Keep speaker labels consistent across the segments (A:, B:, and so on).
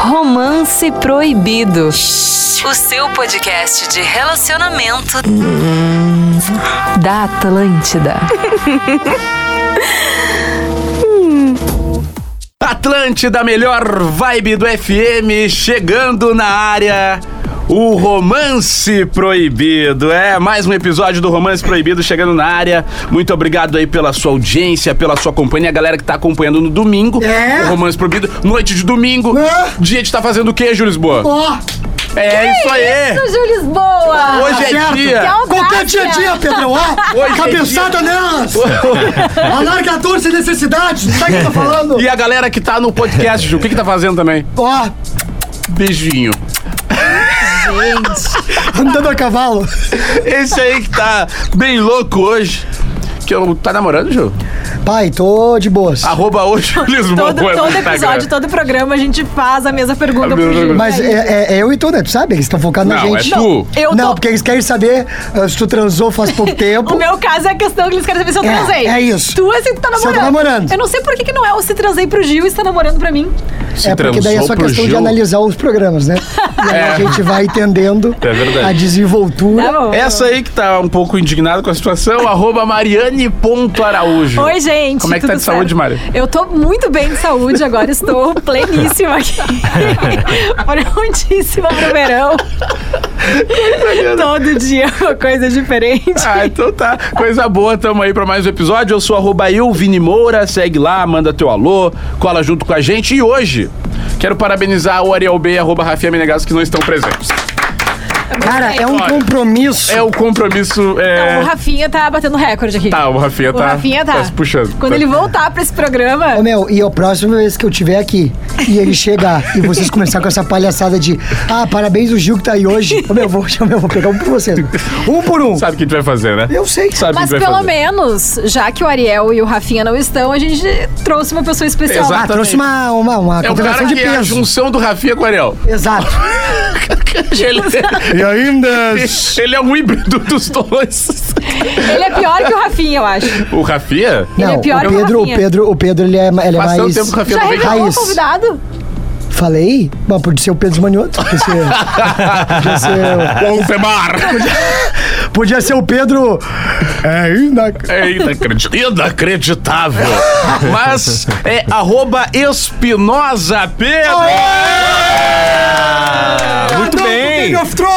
A: Romance Proibido. O seu podcast de relacionamento da Atlântida.
B: Atlântida, melhor vibe do FM, chegando na área. O Romance Proibido. É, mais um episódio do Romance Proibido chegando na área. Muito obrigado aí pela sua audiência, pela sua companhia. A galera que tá acompanhando no domingo.
C: É.
B: O Romance Proibido. Noite de domingo.
C: É.
B: Dia de tá fazendo o quê, Júlio Lisboa?
C: Ó,
B: É isso aí.
A: Tá
D: Então, Ju Lisboa!
B: Hoje é
C: certo.
B: dia.
C: Que qualquer dia a dia, Pedro. Ó,
B: Hoje é
C: cabeçada nelas. Alargador sem necessidade. Sabe o que eu tô falando?
B: E a galera que tá no podcast, Ju, o que que tá fazendo também?
C: Ó,
B: Beijinho.
C: andando a cavalo.
B: Esse aí que tá bem louco hoje. Que eu, tá namorando, Ju?
C: Pai, tô de boas.
B: Arroba hoje Lisboa.
D: Todo,
B: no
D: todo
B: Instagram.
D: episódio, todo programa, a gente faz a mesma pergunta
B: é A
D: pro
B: mesma
D: Gil.
C: Mas é, é- é eu e tu, né? Tu sabe? Eles estão focados na
B: Não, é
C: gente.
B: tu.
D: Eu
C: Não,
D: tô-
C: porque eles querem saber ah, se tu transou faz pouco tempo.
D: O meu caso é a questão que eles querem saber se eu
C: É,
D: transei.
C: é isso.
D: Tu é assim, tu tá
C: Se
D: namorando.
C: eu tô namorando.
D: Eu não sei por que, que não é o se transei pro Gil e se tá namorando pra mim.
B: Se
C: É porque daí é
B: transou
C: só
B: pro
C: questão de
B: Gil.
C: analisar os programas, né? E aí
B: É.
C: a gente vai entendendo
B: É verdade.
C: a desenvoltura.
D: Tá bom.
B: Essa aí que tá um pouco indignada com a situação, arroba mariane.araújo.
D: Oi, gente.
B: Como é que tá
D: tudo
B: de saúde,
D: certo?
B: Mari?
D: Eu tô muito bem de saúde agora, estou pleníssima aqui. Prontíssima pro verão. Todo dia é uma coisa diferente.
B: Ah, então tá. Coisa boa, tamo aí pra mais um episódio. Eu sou arroba eu, Vini Moura. Segue lá, manda teu alô, cola junto com a gente. E hoje, quero parabenizar o Ariel B e arroba Rafinha Menegas que não estão presentes.
C: Cara, é um
B: Olha,
C: compromisso.
B: É o compromisso.
D: Então,
B: É...
D: o Rafinha tá batendo recorde aqui.
B: Tá, o Rafinha
D: O
B: tá.
D: Rafinha tá.
B: tá se puxando.
D: Quando
B: Tá.
D: ele voltar pra esse programa.
C: Ô meu, e a próxima vez que eu tiver aqui e ele chegar e vocês começarem com essa palhaçada de ah, parabéns o Gil que tá aí hoje. Ô meu, eu vou, eu vou pegar um por vocês. Um por um.
B: Sabe o que a gente vai fazer, né?
C: Eu sei.
B: Sabe o
D: Mas
B: que a gente vai fazer.
D: pelo menos, já que o Ariel e o Rafinha não estão, a gente trouxe uma pessoa especial.
B: Exato.
C: Ah, trouxe uma, uma, uma
B: É o
C: contratação
B: cara
C: de
B: que é a
C: peso.
B: junção do Rafinha com o Ariel.
C: Exato.
B: Ele,
C: E ainda.
B: ele é um híbrido dos dois.
D: Ele é pior que o Rafinha, eu acho.
B: O Rafinha?
C: Não,
D: é pior
C: o
D: que o
C: Pedro, o
D: Rafinha.
C: Pedro, o Pedro, ele é, ele é
B: Passando
C: mais.
B: tempo com o Rafinha
D: Já
B: também.
D: revelou
C: Raiz.
D: o convidado?
C: Falei? Mas pode ser o Pedro Manioto. Podia ser. podia ser-
B: Alcemar!
C: podia ser o Pedro. É, ainda.
B: É inacredi- inacreditável. Mas é arroba Espinosa Pedro.
E: Ah, Muito bem,
C: Game of Thrones!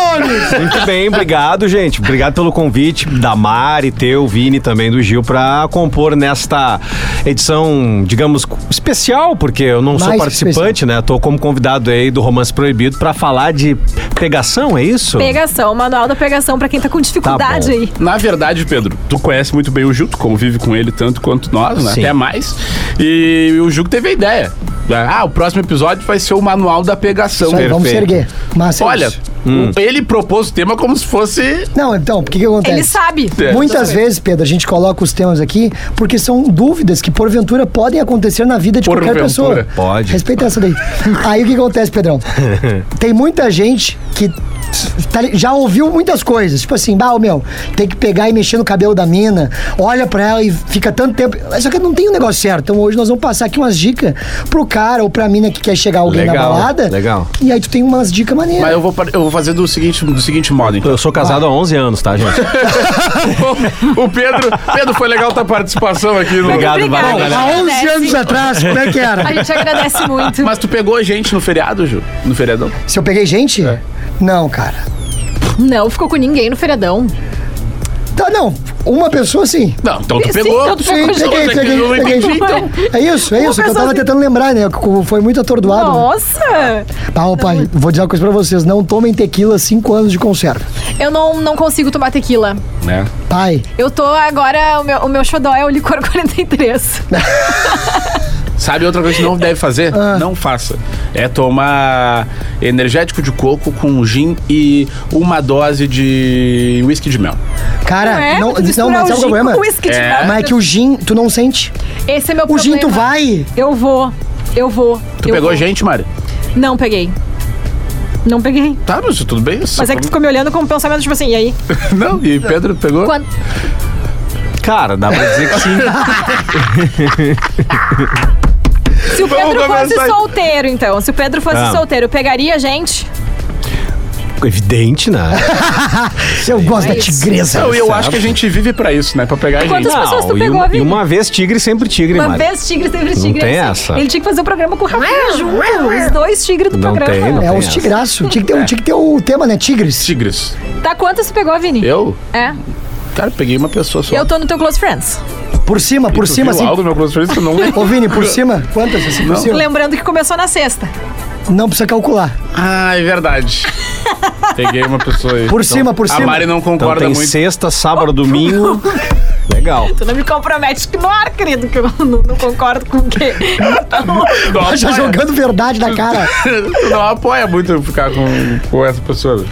E: muito bem, obrigado, gente. Obrigado pelo convite da Mari, teu, Vini, também do Gil, pra compor nesta edição, digamos, especial, porque eu não sou
C: Mais
E: participante, né? Tô como convidado aí do Romance Proibido pra falar de pegação, é isso?
D: Pegação, o manual da pegação pra quem tá com dificuldade
E: Tá bom.
D: aí.
B: Na verdade, Pedro, tu conhece muito bem o Juco, convive com ele tanto quanto nós, né?
E: Sim.
B: até mais. E o Juco teve a ideia. né? Ah, o próximo episódio vai ser o manual da pegação.
C: Isso aí, vamos se
B: Perfeito.
C: erguer.
D: Ah,
C: Massa é
B: Olha,
C: isso.
B: o- ele propôs o tema como se fosse.
C: Não, então, o que, que acontece?
D: Ele sabe.
B: É.
C: Muitas vezes, Pedro, a gente coloca os temas aqui porque são dúvidas que, porventura, podem acontecer na vida de qualquer
B: Porventura.
C: pessoa.
E: Pode.
C: Respeita essa daí. Aí o que acontece, Pedrão? Tem muita gente que tá li- já ouviu muitas coisas. Tipo assim, bah, ô, meu, tem que pegar e mexer no cabelo da mina, olha pra ela e fica tanto tempo. Só que não tem um negócio certo. Então hoje nós vamos passar aqui umas dicas pro cara ou pra mina que quer chegar alguém na
E: Legal,
C: balada.
E: lelegal.
C: E aí tu tem umas dicas maneiras.
B: Mas eu vou, par- eu vou fazer do seguinte, do seguinte modo, então.
E: Eu sou casado há 11 anos, tá, gente?
B: o Pedro. Pedro, foi legal tua participação aqui no.
E: Obrigado,
D: Obrigada, a
E: valeu,
D: gente
E: galera.
C: Há 11
D: agradece.
C: anos atrás, como é que era?
D: A gente agradece muito.
B: Mas tu pegou a gente no feriado, Ju? No feriadão?
C: Se eu peguei gente?
B: É.
C: Não, cara.
D: Não ficou com ninguém no feriadão.
C: Tá, não. Uma pessoa sim.
B: Não, então tu
D: Sim,
B: pegou.
D: então tu
C: Sim,
D: pegou
B: Então
C: peguei,
B: você
C: peguei,
B: que não
C: peguei.
B: entendi, então.
C: É isso, é isso. é
D: Uma
C: que eu
D: pessoa
C: tava
D: assim.
C: tentando lembrar, né? que Foi muito atordoado. né?
D: Nossa!
C: Tá, ô, pai, vou dizer uma coisa pra vocês. Não tomem tequila cinco anos de conserva.
D: Eu não, não consigo tomar tequila.
B: Né?
C: Pai,
D: Eu tô agora, o meu, o meu xodó é o licor 43.
B: Sabe outra coisa que não deve fazer?
D: Ah.
B: Não faça. É tomar energético de coco com gin e uma dose de whisky de mel.
C: cara,
D: é?
C: não,
D: Tu
C: não,
D: misturar
C: mas é
D: o
C: o
D: gin com
C: problema.
D: whisky de
B: É.
D: mel.
C: Mas é que o gin, tu não sente.
D: Esse é meu
C: O
D: problema.
C: gin, tu vai.
D: Eu vou, eu vou.
B: Tu
D: eu
B: pegou
D: vou.
B: gente, Mari?
D: Não peguei. Não peguei.
B: Tá, mas tudo bem.
D: Mas é que tu ficou me olhando com um pensamento tipo assim, e aí?
B: Não, e Pedro pegou?
D: Quando-
E: Cara, dá pra dizer que sim.
D: Se o
B: Vamos
D: Pedro fosse
B: começar.
D: solteiro, então. Se o Pedro fosse
E: Ah.
D: solteiro, pegaria a gente?
E: Evidente, né?
C: Eu gosto da
D: Mas-
C: tigresa.
B: Não, e eu
E: Sabe?
B: acho que a gente vive pra isso, né? Pra pegar a gente.
D: Quantas pessoas tu
E: e
D: pegou,
E: uma- e
D: Vini?
E: uma vez tigre, sempre tigre,
D: Uma
E: Mari.
D: vez tigre, sempre
E: Não
D: tigre.
E: tem
D: Ele-
E: essa.
D: Ele tinha que fazer o programa com o Rafinha junto. Os dois tigres do
E: Não
D: programa.
E: tem, não.
C: É
E: tem
C: os
E: essa.
C: tigraços. Tinha que
B: É.
C: ter, um- tinha que ter o tema, né? Tigres.
B: Tigres.
D: Tá quantas tu pegou, Vini?
B: Eu?
D: É.
B: Cara, eu peguei uma pessoa só.
D: Eu tô no teu Close Friends.
C: Por cima, por
B: Tu
C: cima,
B: viu
C: assim.
B: algo, meu professor, isso não...
C: Ô, Vini, por cima. Quantas, assim, por cima?
D: Lembrando que começou na sexta.
C: Não precisa calcular.
B: Ah, é verdade. Peguei uma pessoa aí. Então,
C: Por cima, por
B: a
C: cima.
B: Mari não
E: Então
B: concorda
E: tem
B: muito.
E: sexta, sábado, domingo. Legal.
D: Tu não me compromete que não, querido, que eu não, não concordo com o quê.
B: Tu não
C: Já
B: apoia.
C: Tá jogando verdade na cara.
B: tu não apoia muito eu ficar com, com essa pessoa.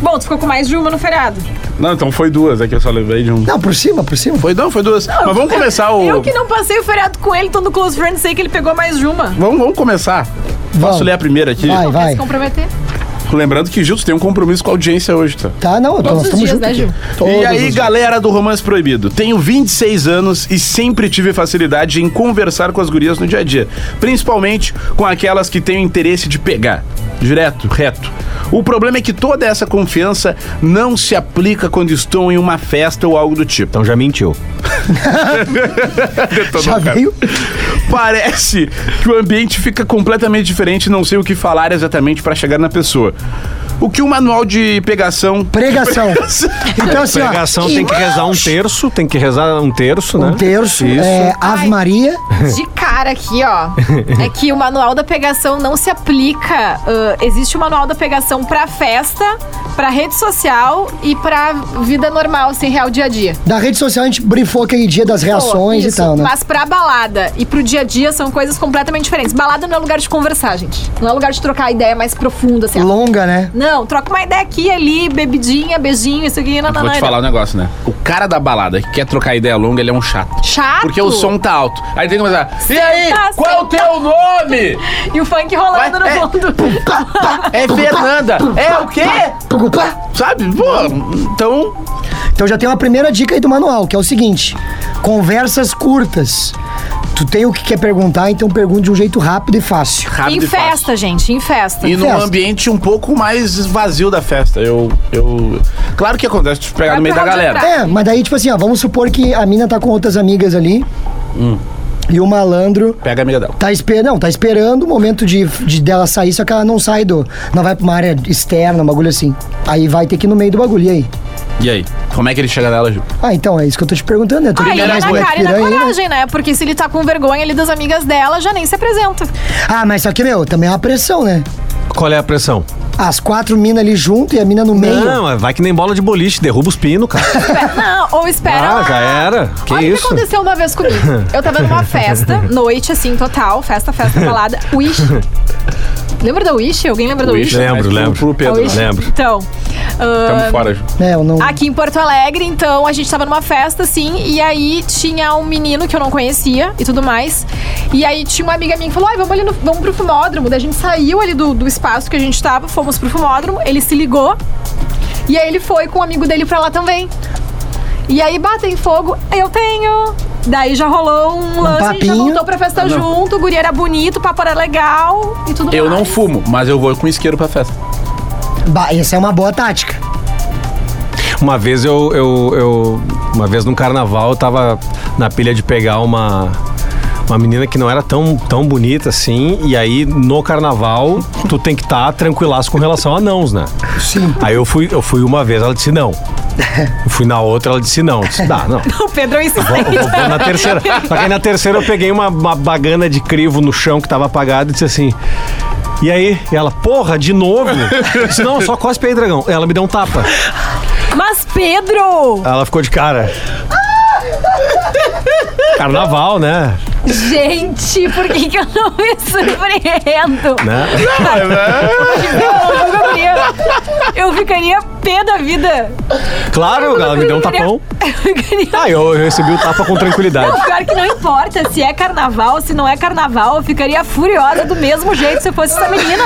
D: Bom, tu ficou com mais de uma no feriado.
B: Não, então foi duas, é que eu só lembrei de um.
C: Não, por cima, por cima.
B: Foi não, foi duas. Mas vamos começar o.
D: Eu que não passei o feriado com ele, tô no Close Friends, sei que ele pegou mais de uma.
B: Vamos, vamos começar.
C: Vamos.
B: Posso ler a primeira aqui?
C: Vai,
D: Quer
C: vai.
D: se comprometer?
B: Lembrando que, Gil, tu tem um compromisso com a audiência hoje, tá?
C: Tá, não, então,
D: Todos
C: nós
D: os
C: estamos
D: dias,
C: juntos
D: né,
C: aqui.
D: Gil?
C: Todos
B: e aí,
C: os-
B: galera do Romance Proibido. Tenho 26 anos e sempre tive facilidade em conversar com as gurias no dia a dia. Principalmente com aquelas que tenho interesse de pegar. Direto, reto. O problema é que toda essa confiança não se aplica quando estou em uma festa ou algo do tipo.
E: Então já mentiu.
C: Já veio.
B: Parece que o ambiente fica completamente diferente, não sei o que falar exatamente pra chegar na pessoa. O que o manual de pegação.
C: Pregação. Então, assim, ó.
E: Pregação tem que rezar um terço, tem que rezar um terço, né?
C: Um terço, é, Ave
D: Ai.
C: Maria.
D: De cara aqui, ó. É que o manual da pegação não se aplica. Ah, existe o manual da pegação pra festa, pra rede social e pra vida normal, assim, real dia a dia.
C: Da rede social a gente brifou aquele dia das reações
D: Isso,
C: e tal, né?
D: Mas pra balada e pro dia a dia são coisas completamente diferentes. Balada não é lugar de conversar, gente. Não é lugar de trocar ideia mais profunda, assim. ah,
C: Longa, né?
D: Não, troca uma ideia aqui, ali, bebidinha, beijinho, isso aqui, não, não,
B: Vou
D: não,
B: te
D: não.
B: falar um negócio, né? O cara da balada que quer trocar ideia longa, ele é um chato.
D: Chato.
B: Porque o som tá alto. Aí tem que começar. E aí?
D: Senta,
B: Qual é o
D: senta."
B: teu nome?
D: E o funk
B: Vai,
D: rolando no
B: é.
D: fundo.
B: É Fernanda. É o quê? Sabe? Pô, então.
C: Então já tem uma primeira dica aí do manual, que é o seguinte: conversas curtas. Tu tem o que quer perguntar, então pergunta de um jeito rápido e fácil.
B: Rápido
D: Em
B: e fácil.
D: festa, gente, em festa.
B: E num
C: Festa.
B: ambiente um pouco mais vazio da festa. Eu. eu... Claro que acontece de pegar
D: Vai
B: no meio da
D: pra roda
B: galera.
D: atrás.
C: É, mas daí, tipo assim, ó, vamos supor que a mina tá com outras amigas ali.
E: Hum.
C: E o malandro
B: Pega a amiga dela.
C: tá esperando, não, tá esperando o momento de, de dela sair, só que ela não sai do. Não vai pra uma área externa, um bagulho assim. Aí vai ter que ir no meio do bagulho, e aí?
B: E aí? Como é que ele chega nela, Gil?
C: Ah, então, é isso que eu tô te perguntando, né? Tu
D: Ah,
C: que
D: e
C: é
D: na
C: mais moleque
D: cara e na
C: piranha aí, né?
D: coragem, né? Porque se ele tá com vergonha ali das amigas dela, já nem se apresenta.
C: Ah, mas só que, meu, também é uma pressão, né?
E: Qual é a pressão?
C: As quatro minas ali junto e a mina no meio.
E: Não, é, vai que nem bola de boliche, derruba os pinos, cara.
D: Espe- Não, ou espera.
E: ah,
D: lá.
E: já era. Que
D: Olha o que
E: isso?
D: aconteceu uma vez comigo. Eu tava numa festa, noite assim, total, festa, festa, balada, Wish. Lembra da Wish? Alguém lembra da Wish?
E: Wish, Lembro,
B: Mas pro-
E: lembro.
B: Pro
D: A
B: Pedro,
D: Wish?
B: né?
E: lembro.
D: Então,
B: Tamo
D: ah,
B: fora, Gil.
C: É, eu não.
D: aqui em Porto Alegre, então a gente tava numa festa assim, e aí tinha um menino que eu não conhecia e tudo mais. E aí tinha uma amiga minha que falou: "Ai, vamos ali no, vamos pro fumódromo. Daí a gente saiu ali do, do espaço que a gente tava, fomos pro fumódromo, ele se ligou. E aí ele foi com um amigo dele pra lá também. E aí batem fogo, eu tenho. Daí já rolou um lance, a gente já
C: papinho.
D: voltou pra festa junto, o guri era bonito, o papo era legal e tudo
B: Eu
D: mais.
B: não fumo, mas eu vou com isqueiro pra festa.
C: Bah, essa é uma boa tática.
E: Uma vez eu, eu, eu- Uma vez num carnaval eu tava na pilha de pegar uma. Uma menina que não era tão, tão bonita assim, e aí no carnaval tu tem que estar tranquilaço com relação a nãos, né?
C: Sim.
E: Aí eu fui, eu fui uma vez, ela disse não. Eu fui na outra, ela disse não. Eu disse, dá, não.
D: O Pedro é insistente.
E: Eu vou na terceira. Só que aí na terceira eu peguei uma, uma bagana de crivo no chão que tava apagada e disse assim. E aí? E ela, porra, de novo? Eu disse, não, só cospe aí, dragão. Ela me deu um tapa.
D: Mas Pedro!
E: Ela ficou de cara. Carnaval, né?
D: Gente, por que, que eu não me surpreendo?
C: é,
E: né?
D: Eu, eu, eu, eu ficaria pé da vida.
E: Claro, ela me deu um
C: tá
E: tapão. Ah, eu eu recebi o tapa com tranquilidade.
D: Não, pior que não importa se é carnaval, se não é carnaval, eu ficaria furiosa do mesmo jeito se eu fosse essa menina.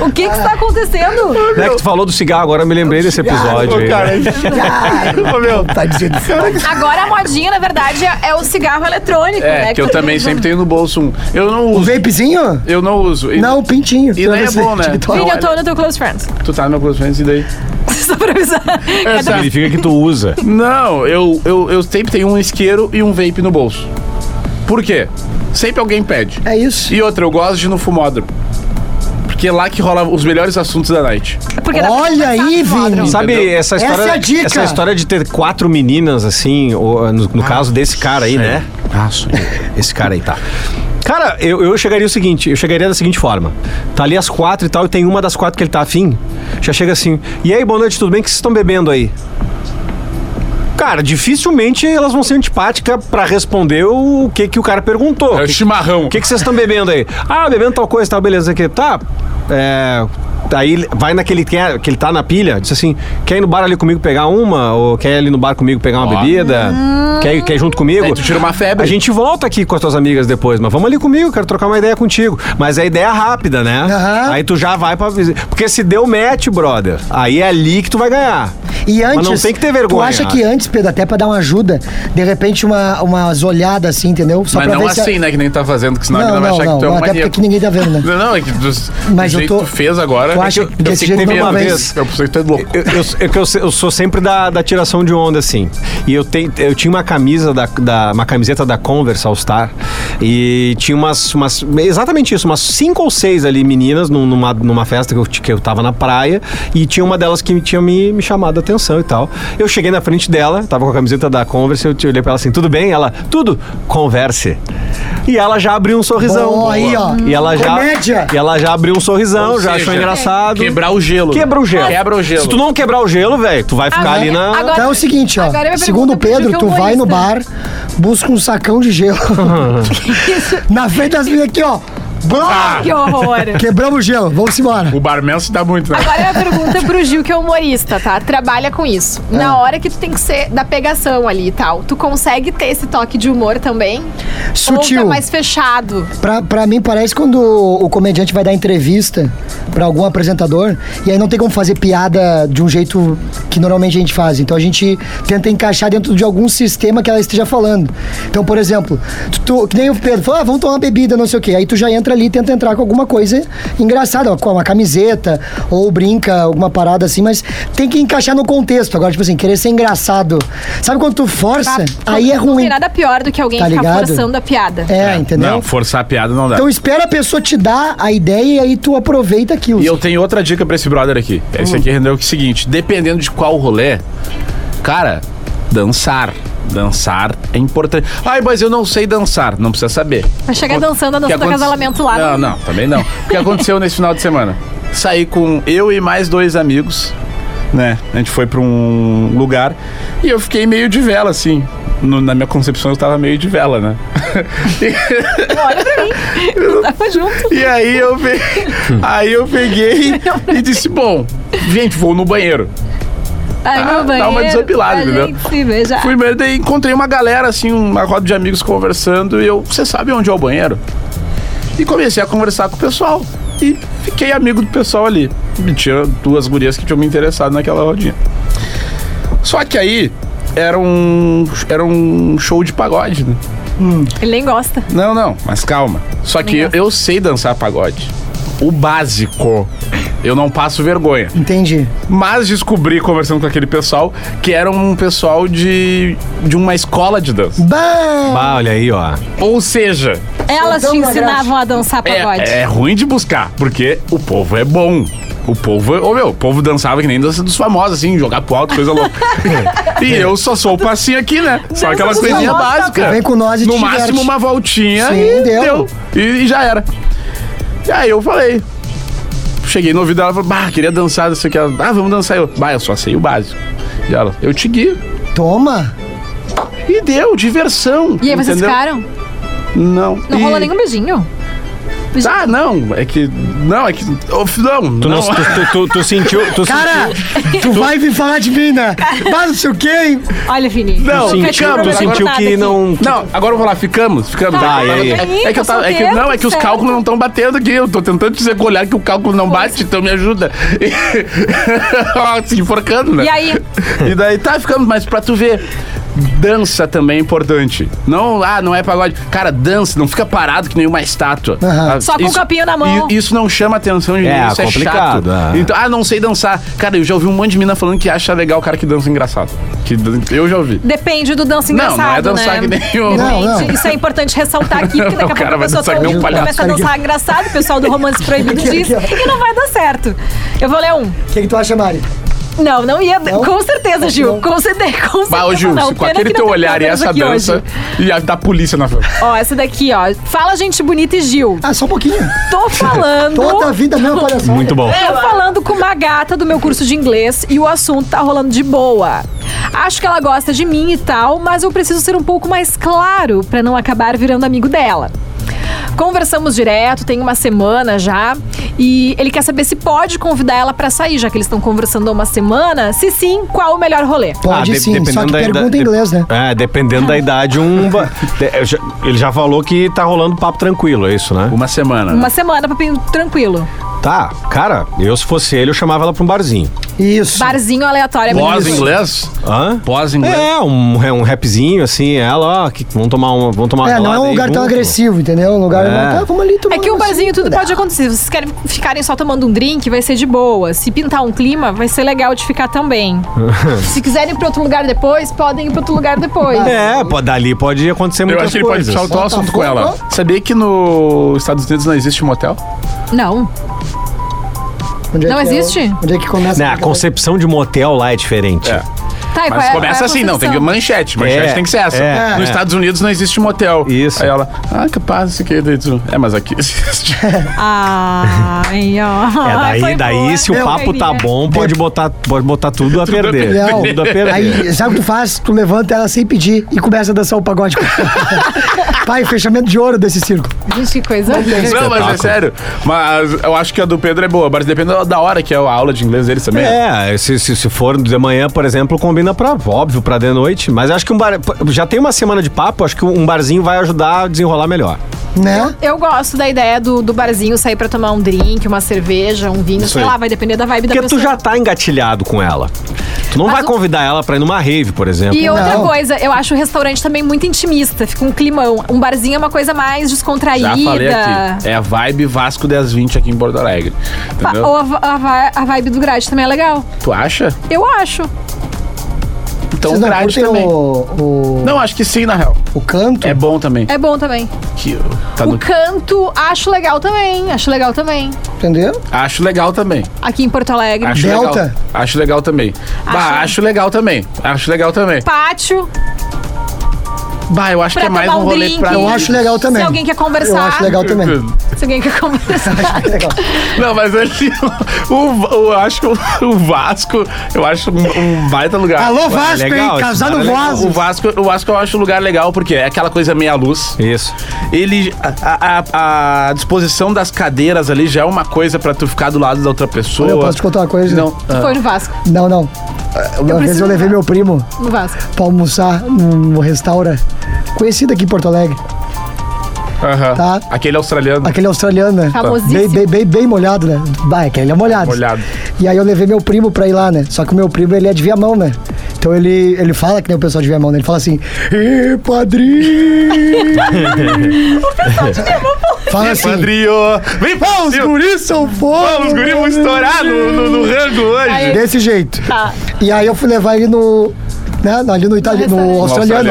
D: O que que está acontecendo?
E: Não é que tu falou do cigarro, agora eu me lembrei desse episódio. aí,
B: Ô,
E: né?
B: cara, desculpa, meu.
C: Tadinho do céu.
D: Agora a modinha, na verdade, é é o cigarro eletrônico, né?
B: É, que eu
D: tu-
B: também sempre tenho no bolso um. Eu não
C: O
B: uso.
C: vapezinho?
B: Eu não uso. E-
C: Não, o pintinho.
B: E nem é bom, né?
C: TikTok.
D: Vini,
B: Não,
D: eu tô no teu Close Friends.
B: Tu tá no meu close friends e daí?
D: Só pra avisar. É do-
B: Exato.
E: Significa que tu usa.
B: Não, eu, eu, eu sempre tenho um isqueiro e um vape no bolso. Por quê? Sempre alguém pede.
C: É isso.
B: E outra, eu gosto de ir no fumódromo. Porque é lá que rola os melhores assuntos da night.
D: porque dá pra
C: Olha
D: passar
C: aí,
D: no fódromo.
C: Vini.
E: Sabe
B: Entendeu?
E: essa
C: Essa
E: história?
C: é a dica.
E: essa história de ter quatro meninas, assim, ou, no, no caso desse cara aí, né? Ah,
B: É
E: sonhei. Esse cara aí tá. Cara, eu, eu chegaria o seguinte, eu chegaria da seguinte forma. Tá ali as quatro e tal, e tem uma das quatro que ele tá afim. Já chega assim, e aí, boa noite, tudo bem? O que vocês estão bebendo aí? Cara, dificilmente elas vão ser antipáticas pra responder o que, que o cara perguntou.
B: É o
E: Que-
B: chimarrão.
E: o que, que vocês estão bebendo aí? Ah, bebendo tal coisa, tal, beleza aqui. Tá. É. Aí ele vai naquele que, é- que ele tá na pilha, diz assim: quer ir no bar ali comigo pegar uma? Ou quer ir ali no bar comigo pegar uma
B: Ó.
E: bebida? Quer, ir- quer ir junto comigo?
B: Aí tu tira uma febre.
E: A gente volta aqui com as tuas amigas depois, mas vamos ali comigo, quero trocar uma ideia contigo. Mas é ideia rápida, né?
C: Aham.
E: Aí tu já vai pra. visi- Porque se deu match, brother, aí é ali que tu vai ganhar.
C: E antes.
E: Mas não tem que ter vergonha.
C: Tu acha que antes, Pedro, até pra dar uma ajuda, de repente uma, umas olhadas assim, entendeu? Só
B: Mas
C: pra
B: não
C: ver se a-
B: assim, né? Que nem tu tá fazendo, que senão a
C: Não,
B: menina vai
C: não,
B: achar
C: não,
B: que tu é um
C: até
B: maníaco.
C: porque ninguém tá vendo, né?
B: Não, não, é que do, do
C: Mas eu
B: jeito
C: tô-
B: que tu fez agora.
C: Tu acha
B: é que eu-
C: que
B: eu
C: desse
B: fiquei
C: jeito
B: com medo
C: não vai.
B: disso. Eu pensei que tu é louco.
E: Eu, eu- é que eu, eu sou sempre da, da tiração de onda, assim. E eu, tenho eu tinha uma camisa da, da- Uma camiseta da Converse All Star. E tinha umas. umas- exatamente isso, umas cinco ou seis ali meninas num- numa, numa festa que eu, t- que eu tava na praia. E tinha uma delas que me- tinha me, me chamado a atenção e tal. Eu cheguei na frente dela, tava com a camiseta da Converse, eu te- olhei pra ela assim, tudo bem? Ela, tudo, converse. E ela já abriu um sorrisão.
C: Boa, aí, ó.
E: E ela já.
C: Comédia.
E: E ela já abriu um sorrisão,
B: Ou
E: já
B: seja,
E: achou engraçado.
B: Quebrar o gelo.
E: Quebra o gelo.
B: Quebra o gelo.
E: Se tu não quebrar o gelo, velho, tu vai ficar
D: Agora-
E: ali na.
D: agora-
C: Então é o seguinte, ó.
D: Agora eu me
C: Segundo o
D: pergunto, Pedro,
C: Pedro,
D: que
C: tu vai no bar,
D: humorista.
C: busca um sacão de gelo. Na frente das minhas aqui, ó.
E: Ah!
C: Blá!
D: Que horror.
C: Quebramos o gelo, vamos embora.
B: O barman se dá muito, né?
D: Agora a pergunta é pro Gil, que é humorista, tá? Trabalha com isso.
C: É.
D: Na hora que tu tem que ser da pegação ali e tal, tu consegue ter esse toque de humor também? Ou
C: Sutil.
D: tá mais fechado?
C: Pra, pra mim, parece quando o comediante vai dar entrevista pra algum apresentador e aí não tem como fazer piada de um jeito que normalmente a gente faz. Então a gente tenta encaixar dentro de algum sistema que ela esteja falando. Então, por exemplo, tu, tu- que nem o Pedro falou, ah, vamos tomar uma bebida, não sei o quê. Aí tu já entra ali e tenta entrar com alguma coisa engraçada, com uma camiseta ou brinca, alguma parada assim, mas tem que encaixar no contexto. Agora, tipo assim, querer ser engraçado. Sabe quando tu força? Aí é
D: Ah, Não
C: ruim.
D: tem nada pior do que alguém
C: Tá
D: ficar
C: ligado?
D: forçando a piada.
C: É, entendeu?
B: Não, forçar a piada não dá.
C: Então espera a pessoa te dar a ideia e aí tu aproveita aquilo.
B: E eu tenho outra dica pra esse brother aqui. Esse aqui rendeu que é o seguinte: dependendo de qual rolê, cara, dançar. Dançar é importante. Ai, mas eu não sei dançar. Não precisa saber.
D: Vai chegar
B: Aconte-
D: dançando a
B: que
D: dança do
B: aconte-
D: acasalamento lá. né?
B: Não, não, também não. O que aconteceu nesse final de semana? Saí com eu e mais dois amigos, né? A gente foi pra um lugar e eu fiquei meio de vela, assim. No- na minha concepção eu tava meio de vela, né?
D: Olha pra mim. Tava junto.
B: E aí eu, pe... aí eu peguei e disse: Bom, gente, vou no banheiro.
D: Ai, meu banheiro.
B: dá uma desopilada,
D: a
B: entendeu?
D: gente Se beijar.
B: Fui merda e encontrei uma galera, assim, uma roda de amigos conversando. E eu, você sabe onde é o banheiro? E comecei a conversar com o pessoal. E fiquei amigo do pessoal ali. E tinha duas gurias que tinham me interessado naquela rodinha. Só que aí era um, era um show de pagode, né?
D: Ele nem gosta.
B: Não, não, mas calma. Só que eu, eu sei dançar pagode. O básico. Eu não passo vergonha.
C: Entendi.
B: Mas descobri, conversando com aquele pessoal, que era um pessoal de, de uma escola de dança.
C: Bah!
E: Bah, olha aí, ó.
B: Ou seja,
D: Elas te
C: Soltando a
D: ensinavam a dançar pagode.
B: é, é ruim de buscar, porque o povo é bom. O povo, ô meu, o povo dançava que nem dança dos famosos, assim, jogar pro alto, coisa louca. e eu só sou o passinho aqui, né? Só aquela
D: dos
B: coisinha
D: famosos,
B: básica.
C: Vem com nós e
B: No
C: te diverte.
B: máximo uma voltinha
C: Sim,
B: e deu.
C: deu.
B: E, e já era. E aí eu falei. Cheguei no ouvido dela e falei, bah, queria dançar, não sei o que. Ela, ah, vamos dançar. Eu, bah, eu só sei o básico. E ela, eu te guio.
C: Toma!
B: E deu, diversão.
D: E aí vocês
B: entendeu?
D: ficaram?
B: Não.
D: Não
B: e...
D: rolou nenhum beijinho?
B: Ah, não, é que. Não, é que. oh, Não,
E: Tu, não-
B: não.
E: tu- tu- tu- tu sentiu. Tu
C: Cara,
E: sentiu-
C: tu vai vir falar de mim, né? Mas não sei o quê.
D: Olha, Vini.
B: Não,
E: tu sentiu,
B: ficamos,
E: tu
B: agora-
E: sentiu que não.
B: Não, agora eu vou lá, ficamos, ficamos.
E: Tá,
B: É que eu
E: e aí?
B: tava- É, é que eu tava, é que,
D: Solteiro,
B: não, é que os
D: Tá certo.
B: cálculos não estão batendo aqui. Eu tô tentando dizer com o olhar que o cálculo não bate, então me ajuda. Ó, Se enforcando, né?
D: E aí?
B: E daí tá, ficamos, mas pra tu ver. Dança também é importante. Não, ah, não é pagode. Cara, dança, não fica parado que nem uma estátua.
C: Aham.
B: Ah,
D: Só com o copinho na mão.
B: i- Isso não chama atenção de
E: É,
B: ninguém, isso é
E: complicado,
B: chato.
E: é.
B: Então, ah, não sei dançar. Cara, eu já ouvi um monte de mina falando que acha legal o cara que dança engraçado. Que, dan- eu já ouvi.
D: Depende do dança
B: Não, não é
D: engraçado,
B: dançar
D: né?
B: que nem o-
C: Não, não.
D: Depende. Isso é importante ressaltar aqui, porque daqui
B: O cara
D: a pouco a
B: vai
D: pessoa
B: dançar que nem um palhaço.
D: começa a dançar engraçado, o pessoal do Romance Proibido diz, e não vai dar certo. Eu vou ler um.
C: O que, que tu acha, Mari?
D: Não, não ia.
C: Não?
D: Com certeza, Gil.
C: Não.
D: Com certeza, com certeza.
B: Bah, ô Gil,
D: não.
B: se com
D: tá Pena
B: aquele
D: que
B: teu
D: não tem
B: olhar e
D: câmeras
B: essa
D: aqui
B: dança,
D: hoje.
B: e a da polícia na frente.
D: Ó, essa daqui, ó. Fala gente bonita e Gil.
C: Ah, só um pouquinho.
D: Tô falando.
C: Toda a vida, a mesma palhaçada.
E: Muito bom.
D: Tô falando com uma gata do meu curso de inglês e o assunto tá rolando de boa. Acho que ela gosta de mim e tal, mas eu preciso ser um pouco mais claro pra não acabar virando amigo dela. Conversamos direto, tem uma semana já, e ele quer saber se pode convidar ela pra sair, já que eles estão conversando há uma semana. Se sim, qual o melhor rolê?
C: Pode
E: Ah, de-
C: sim, só que
E: ida-
C: pergunta em
E: de-
C: inglês, né?
E: É, dependendo da idade, um. ba- de- eu já- Ele já falou que tá rolando papo tranquilo, é isso, né?
B: Uma semana.
D: Uma semana, papinho tranquilo.
E: Tá, cara, eu se fosse ele, eu chamava ela pra um barzinho.
C: Isso.
D: Barzinho aleatório.
B: Pós
D: menino.
B: inglês?
E: Hã?
B: Pós
C: Hum.
B: inglês.
E: É, um, é um rapzinho, assim, ela, ó, que vão tomar uma. Vão tomar uma
C: É, não é
E: gelada
C: um
E: aí
C: lugar tão
E: junto.
C: agressivo, entendeu? Um lugar.
E: É.
C: Ah, vamos ali tomar
D: É que
C: um
D: o barzinho
C: negocinho.
D: tudo pode acontecer. Se vocês querem ficarem só tomando um drink, vai ser de boa. Se pintar um clima, vai ser legal de ficar também. Se quiserem ir pra outro lugar depois, podem ir pra outro lugar depois.
E: É, pô, dali pode acontecer
B: Eu
E: muitas
B: acho que ele pode
E: coisas.
B: puxar o teu assunto
E: um
B: com ela.
C: Botafogo?
B: Sabia que nos Estados Unidos não existe motel?
D: Não.
C: Onde
D: Não
C: que é o-
D: existe?
C: onde é que começa?
E: Né, a concepção de motel lá é diferente.
B: É.
D: Tá, e qual
B: Mas começa
D: é, qual é a
B: assim, não, tem que
D: concepção?
B: manchete. Manchete
E: É,
B: tem que ser essa.
E: é,
B: Nos
E: é.
B: Estados Unidos não existe motel.
E: Isso.
B: Aí ela, ah, capaz, isso aqui. daí tu, É, mas aqui existe.
D: Ai, ó.
E: É, daí,
D: Foi
E: daí
D: boa. é,
E: se o
D: Eu
E: papo tá
D: queria.
E: bom, pode botar, pode botar tudo a perder.
C: Não.
E: Tudo a perder.
C: Aí, sabe o que tu faz? Tu levanta ela sem pedir e começa a dançar o pagode. Pai, fechamento de ouro desse circo.
D: Gente, que coisa.
B: Não, mas é
E: espetáculo.
B: sério. Mas eu acho que a do Pedro é boa, mas depende da hora que é a aula de inglês deles também. né?
E: É, se, se, se for de manhã, por exemplo, combina pra, óbvio, pra de noite. Mas acho que um bar. Já tem uma semana de papo, acho que um barzinho vai ajudar a desenrolar melhor.
C: Né?
D: Eu gosto da ideia do, do barzinho sair pra tomar um drink, uma cerveja, um vinho,
E: Isso
D: sei
E: aí.
D: lá, vai depender da vibe da
E: Porque tu
D: pessoa.
E: já tá engatilhado com ela. Tu não
D: Mas
E: vai
D: o-
E: convidar ela pra ir numa rave, por exemplo.
D: E outra
C: Não.
D: coisa, eu acho o restaurante também muito intimista, fica um climão. Um barzinho é uma coisa mais
B: Já
D: descontraída.
B: falei aqui. É a vibe Vasco 1020 aqui em Porto Alegre.
D: Pa-
B: Entendeu?
D: Ou a, va- a va- a vibe do grade também é legal.
B: Tu acha?
D: Eu acho.
B: Então
C: Vocês não
B: grade
C: curtem
B: também.
C: o, o,
B: Não, acho que sim, na real.
C: o canto?
B: É bom também.
D: É bom também.
B: Que tá
D: O
B: no...
D: canto, acho legal também. Acho legal também.
C: Entendeu?
B: Acho legal também.
D: Aqui em Porto Alegre.
B: Acho
C: Delta?
B: legal. Acho legal também. Bah,
D: Acho-
B: acho legal também. Acho legal também.
D: Pátio.
B: Bah, eu acho
D: Pra
B: que é mais
D: tomar
B: um
D: um
B: rolê
D: drink.
B: pra
C: Eu
B: mim.
C: acho legal também.
D: Se alguém quer conversar.
C: Eu acho legal também.
D: Se alguém quer conversar.
C: Legal.
B: Não, mas ali, o, o, eu acho que o- o Vasco, eu acho um, um baita lugar.
C: Alô, Vasco,
E: é legal,
C: hein?
E: esse
C: Casar no
E: cara é legal.
B: O
C: vaso.
B: Vasco, o Vasco eu acho um lugar legal porque é aquela coisa meia luz.
E: Isso.
B: Ele a, a- a disposição das cadeiras ali já é uma coisa pra tu ficar do lado da outra pessoa.
C: Olha, eu posso te contar uma coisa?
B: Não. ah.
D: Foi no Vasco.
C: Não, não. Uma vez
D: preciso-
C: eu levei meu primo
D: No Vasco.
C: pra almoçar num restaura conhecido aqui em Porto Alegre.
B: Ah, Aham.
C: Tá.
B: Aquele australiano.
C: Aquele australiano, né?
D: Famosíssimo.
C: Bem, bem, bem, bem molhado, né? Bah, é que ele é molhado.
B: Molhado.
C: E aí eu levei meu primo pra ir lá, né? Só que o meu primo, ele é de Viamão, né? Então ele, ele fala que nem o pessoal de Viamão, né? Ele fala assim, Ê, padrinho! Fala assim,
B: Padrinho! Vem,
C: "Ah, os
B: Paulo!
C: guris são né?"
B: Pô,
C: fomos!
B: os guris é vão estourar no, no, no rango hoje.
D: Ai,
C: Desse jeito.
D: Tá.
C: E aí eu fui levar ele no... Né? Ali no, itali... no
D: No
C: australiano,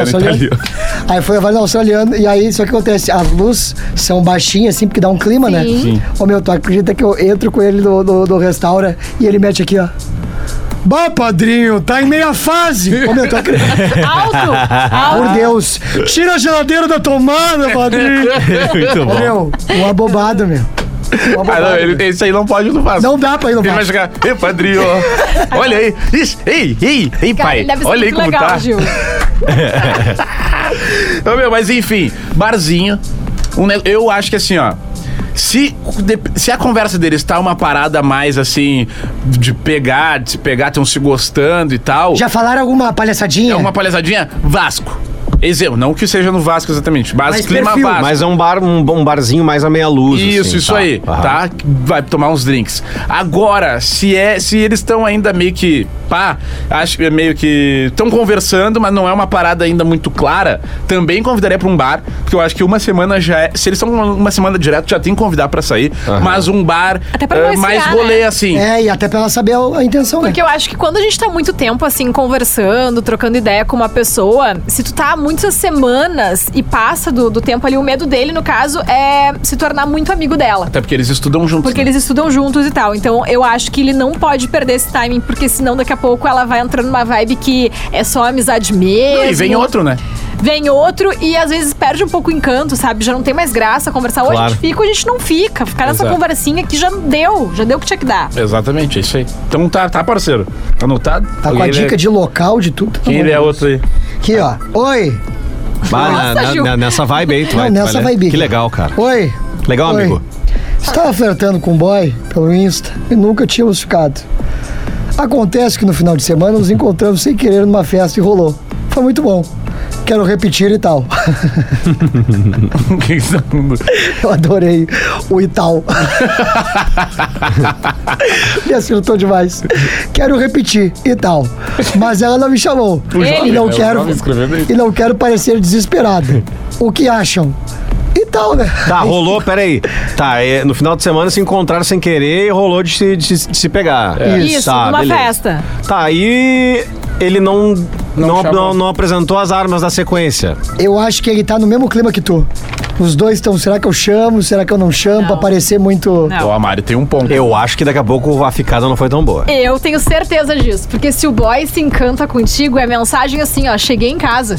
B: australiano,
C: australiano.
B: italiano.
C: Aí eu fui levar ele no australiano, e aí só que acontece, as luzes são baixinhas, assim, porque dá um clima, né?
D: Sim. Sim.
C: Ô meu, tu acredita que eu entro com ele no, no, no restaura e ele mete aqui, ó. Bah, padrinho, tá em meia fase. Ô meu, tu acredita?
D: Alto.
C: Por
D: Alto.
C: Deus. Tira a geladeira da tomada, padrinho.
E: Muito
C: Ô
E: bom.
C: meu, uma bobada, meu. Uma
B: Ah,
C: bobada.
B: não, ele, esse aí não pode ir no Vasco.
C: Não dá pra ir no
B: Ele vai
C: Vasco.
B: chegar, ei, padrinho, olha aí. Ixi, ei, ei, ei,
D: Cara,
B: pai.
D: ele deve ser
B: olha aí
D: muito
B: como
D: legal,
B: tá.
D: Gil.
B: Ô, meu, mas enfim, barzinho. um ne- eu acho que assim, ó. Se, de- se a conversa deles tá uma parada mais assim, de pegar, de se pegar, estão se gostando e tal.
C: Já falaram alguma palhaçadinha?
B: É uma palhaçadinha? Vasco. Exemplo, não que seja no Vasco exatamente, mas,
C: Mas
B: clima
C: perfil,
B: Vasco.
E: Mas é um bar, um, um barzinho mais a meia luz.
B: Isso,
E: assim,
B: isso
E: tá?
B: aí,
E: Aham.
B: tá? Vai tomar uns drinks. Agora, se é, se eles estão ainda meio que, pá, acho que é meio que estão conversando, mas não é uma parada ainda muito clara, também convidaria pra um bar, porque eu acho que uma semana já é, se eles estão uma, uma semana direto, já tem que convidar pra sair,
E: Aham.
B: mas um bar
D: Até pra
B: eh,
D: não
B: mais
D: esfriar,
B: rolê
D: né?
B: assim.
C: É, e até pra ela saber a, a intenção, né?
D: Porque eu acho que quando a gente tá muito tempo, assim, conversando, trocando ideia com uma pessoa, se tu tá muitas semanas e passa do, do tempo ali, o medo dele, no caso, é se tornar muito amigo dela.
B: Até porque eles estudam juntos.
D: Porque
B: né?
D: eles estudam juntos e tal. Então eu acho que ele não pode perder esse timing, porque senão daqui a pouco ela vai entrando numa vibe que é só amizade mesmo.
B: E vem outro, né?
D: Vem outro e às vezes perde um pouco o encanto, sabe? Já não tem mais graça conversar. Ou a
E: Claro.
D: gente fica ou a gente não fica. Ficar nessa
B: Exato.
D: conversinha que já deu, já deu o que tinha que dar.
B: Exatamente, é isso aí. Então tá, tá parceiro. Anotado?
C: Tá com a dica de local, de tudo. tá
B: Quem ele é outro aí?
C: Aqui, ó. Oi.
E: Bah, na-
D: Nossa,
E: na-
D: Gil.
E: na- nessa vibe aí, tu
C: Não,
E: vai. tu
C: nessa
E: vai, né?
C: vai big.
E: Que legal, cara.
C: Oi.
E: Legal,
C: Oi.
E: amigo.
C: Você tava flertando com um boy pelo Insta e nunca tínhamos ficado. Acontece que no final de semana nos encontramos sem querer numa festa e rolou. Foi muito bom. Quero repetir e tal.
B: Quem tá-
C: Eu adorei o Ital. me acertou demais. Quero repetir e tal. Mas ela não me chamou.
D: jovem,
C: e não
B: né? O
C: quero
B: jovem escrevendo isso.
C: e não quero parecer desesperado. O que acham? E tal, né?
E: Tá, rolou, peraí. Tá, é, no final de semana se encontraram sem querer e rolou de se, de se- de se pegar.
B: É.
D: Isso,
E: Tá,
D: numa
E: beleza.
D: festa.
E: Tá, aí ele não não,
B: chamou.
E: não, não apresentou as armas da sequência.
C: Eu acho que ele tá no mesmo clima que tu. Os dois estão, será que eu chamo? Será que eu não chamo? Pra
D: Não.
C: parecer muito.
D: Não.
B: Ó, a Mari tem um ponto.
E: Eu acho que daqui a pouco a ficada não foi tão boa.
D: Eu tenho certeza disso, porque se o boy se encanta contigo, é mensagem assim, ó, cheguei em casa.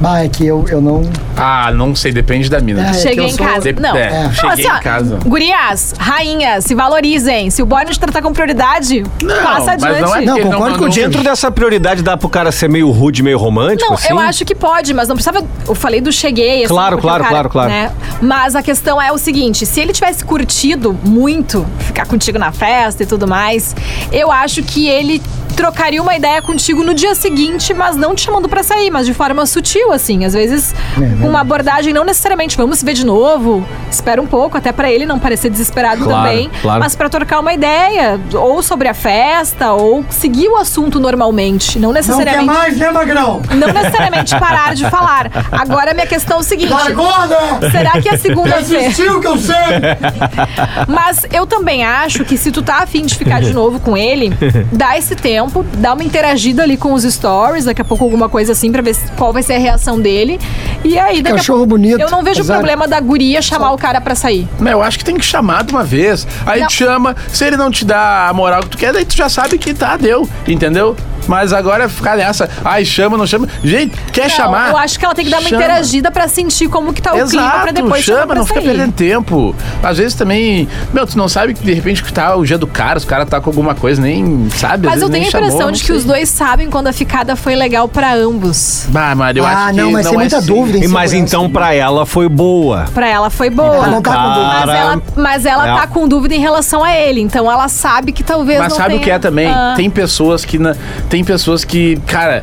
C: Bah, é que eu, eu não.
B: Ah, não sei, depende da mina.
C: É, que
D: Cheguei
C: eu
D: em
C: sou-
D: casa.
B: Dep-
D: Não.
B: é,
D: Não,
B: cheguei
D: assim,
B: em
D: ó,
B: casa.
D: Gurias, rainhas, se valorizem. Se o boy não te tratar com prioridade, passa
B: mas não é
D: adiante.
C: Não,
B: que ele
C: concordo
B: mandou-
C: contigo.
E: Dentro dessa prioridade dá pro cara ser meio rude, meio romântico,
D: Não,
E: assim?
D: eu acho que pode, mas não precisava. Eu falei do cheguei. assim,
E: Claro,
D: porque o
E: claro, claro, claro.
D: né? Mas a questão é o seguinte: se ele tivesse curtido muito ficar contigo na festa e tudo mais, eu acho que ele trocaria uma ideia contigo no dia seguinte, mas não te chamando pra sair, mas de forma sutil, assim. Às vezes,
E: É, né?
D: uma abordagem não necessariamente vamos se ver de novo, espera um pouco, até pra ele não parecer desesperado
E: Claro,
D: também,
E: claro.
D: mas pra trocar uma ideia, ou sobre a festa, ou seguir o assunto normalmente, não necessariamente
C: né, Magrão?
D: não necessariamente parar de falar. Agora, minha questão é o seguinte.
C: né?
D: Será que é segunda-feira?
C: Desistiu que eu sei!
D: Mas eu também acho que se tu tá afim de ficar de novo com ele, dá esse tempo, dá uma interagida ali com os stories, daqui a pouco alguma coisa assim, pra ver se- qual vai ser a reação dele. E aí, daqui
C: Cachorro
D: a pouco.
C: bonito.
D: Eu não vejo
C: Azar.
D: problema da guria chamar o cara pra sair.
B: Não, eu acho que tem que chamar de uma vez. Aí
D: Não.
B: te chama, se ele não te dá a moral que tu quer, daí tu já sabe que tá, deu, entendeu? Mas agora é ficar nessa, ai, chama, não chama. Gente, quer
D: Não,
B: chamar?
D: Eu acho que ela tem que dar uma
B: Chama.
D: interagida pra sentir como que tá o clima pra
B: Exato,
D: depois chamar
B: chama,
D: pra
B: não fica
D: sair.
B: perdendo tempo. Às vezes também, meu, tu não sabe que de repente que tá o dia do cara, os cara tá com alguma coisa, nem sabe. às
D: Mas
B: vezes
D: eu tenho a
B: nem
D: impressão
B: chamou,
D: de
B: não
D: que
B: sei.
D: os dois sabem quando a ficada foi legal pra ambos.
B: Bah, Mari, eu
C: Ah,
B: acho que
C: não, mas tem
B: é
C: muita
B: assim.
C: dúvida, hein?
E: E, mas
C: segurança.
E: então pra ela foi boa.
D: Pra ela foi boa.
C: Ela não tá com dúvida.
D: Mas
E: Cara,
D: ela, mas ela
E: ela-
D: tá com dúvida em relação a ele, então ela sabe que talvez
B: É. Mas
D: não
B: sabe o
D: tenha-
B: que é também?
D: Ah.
B: Tem pessoas que. na- tem pessoas que, cara.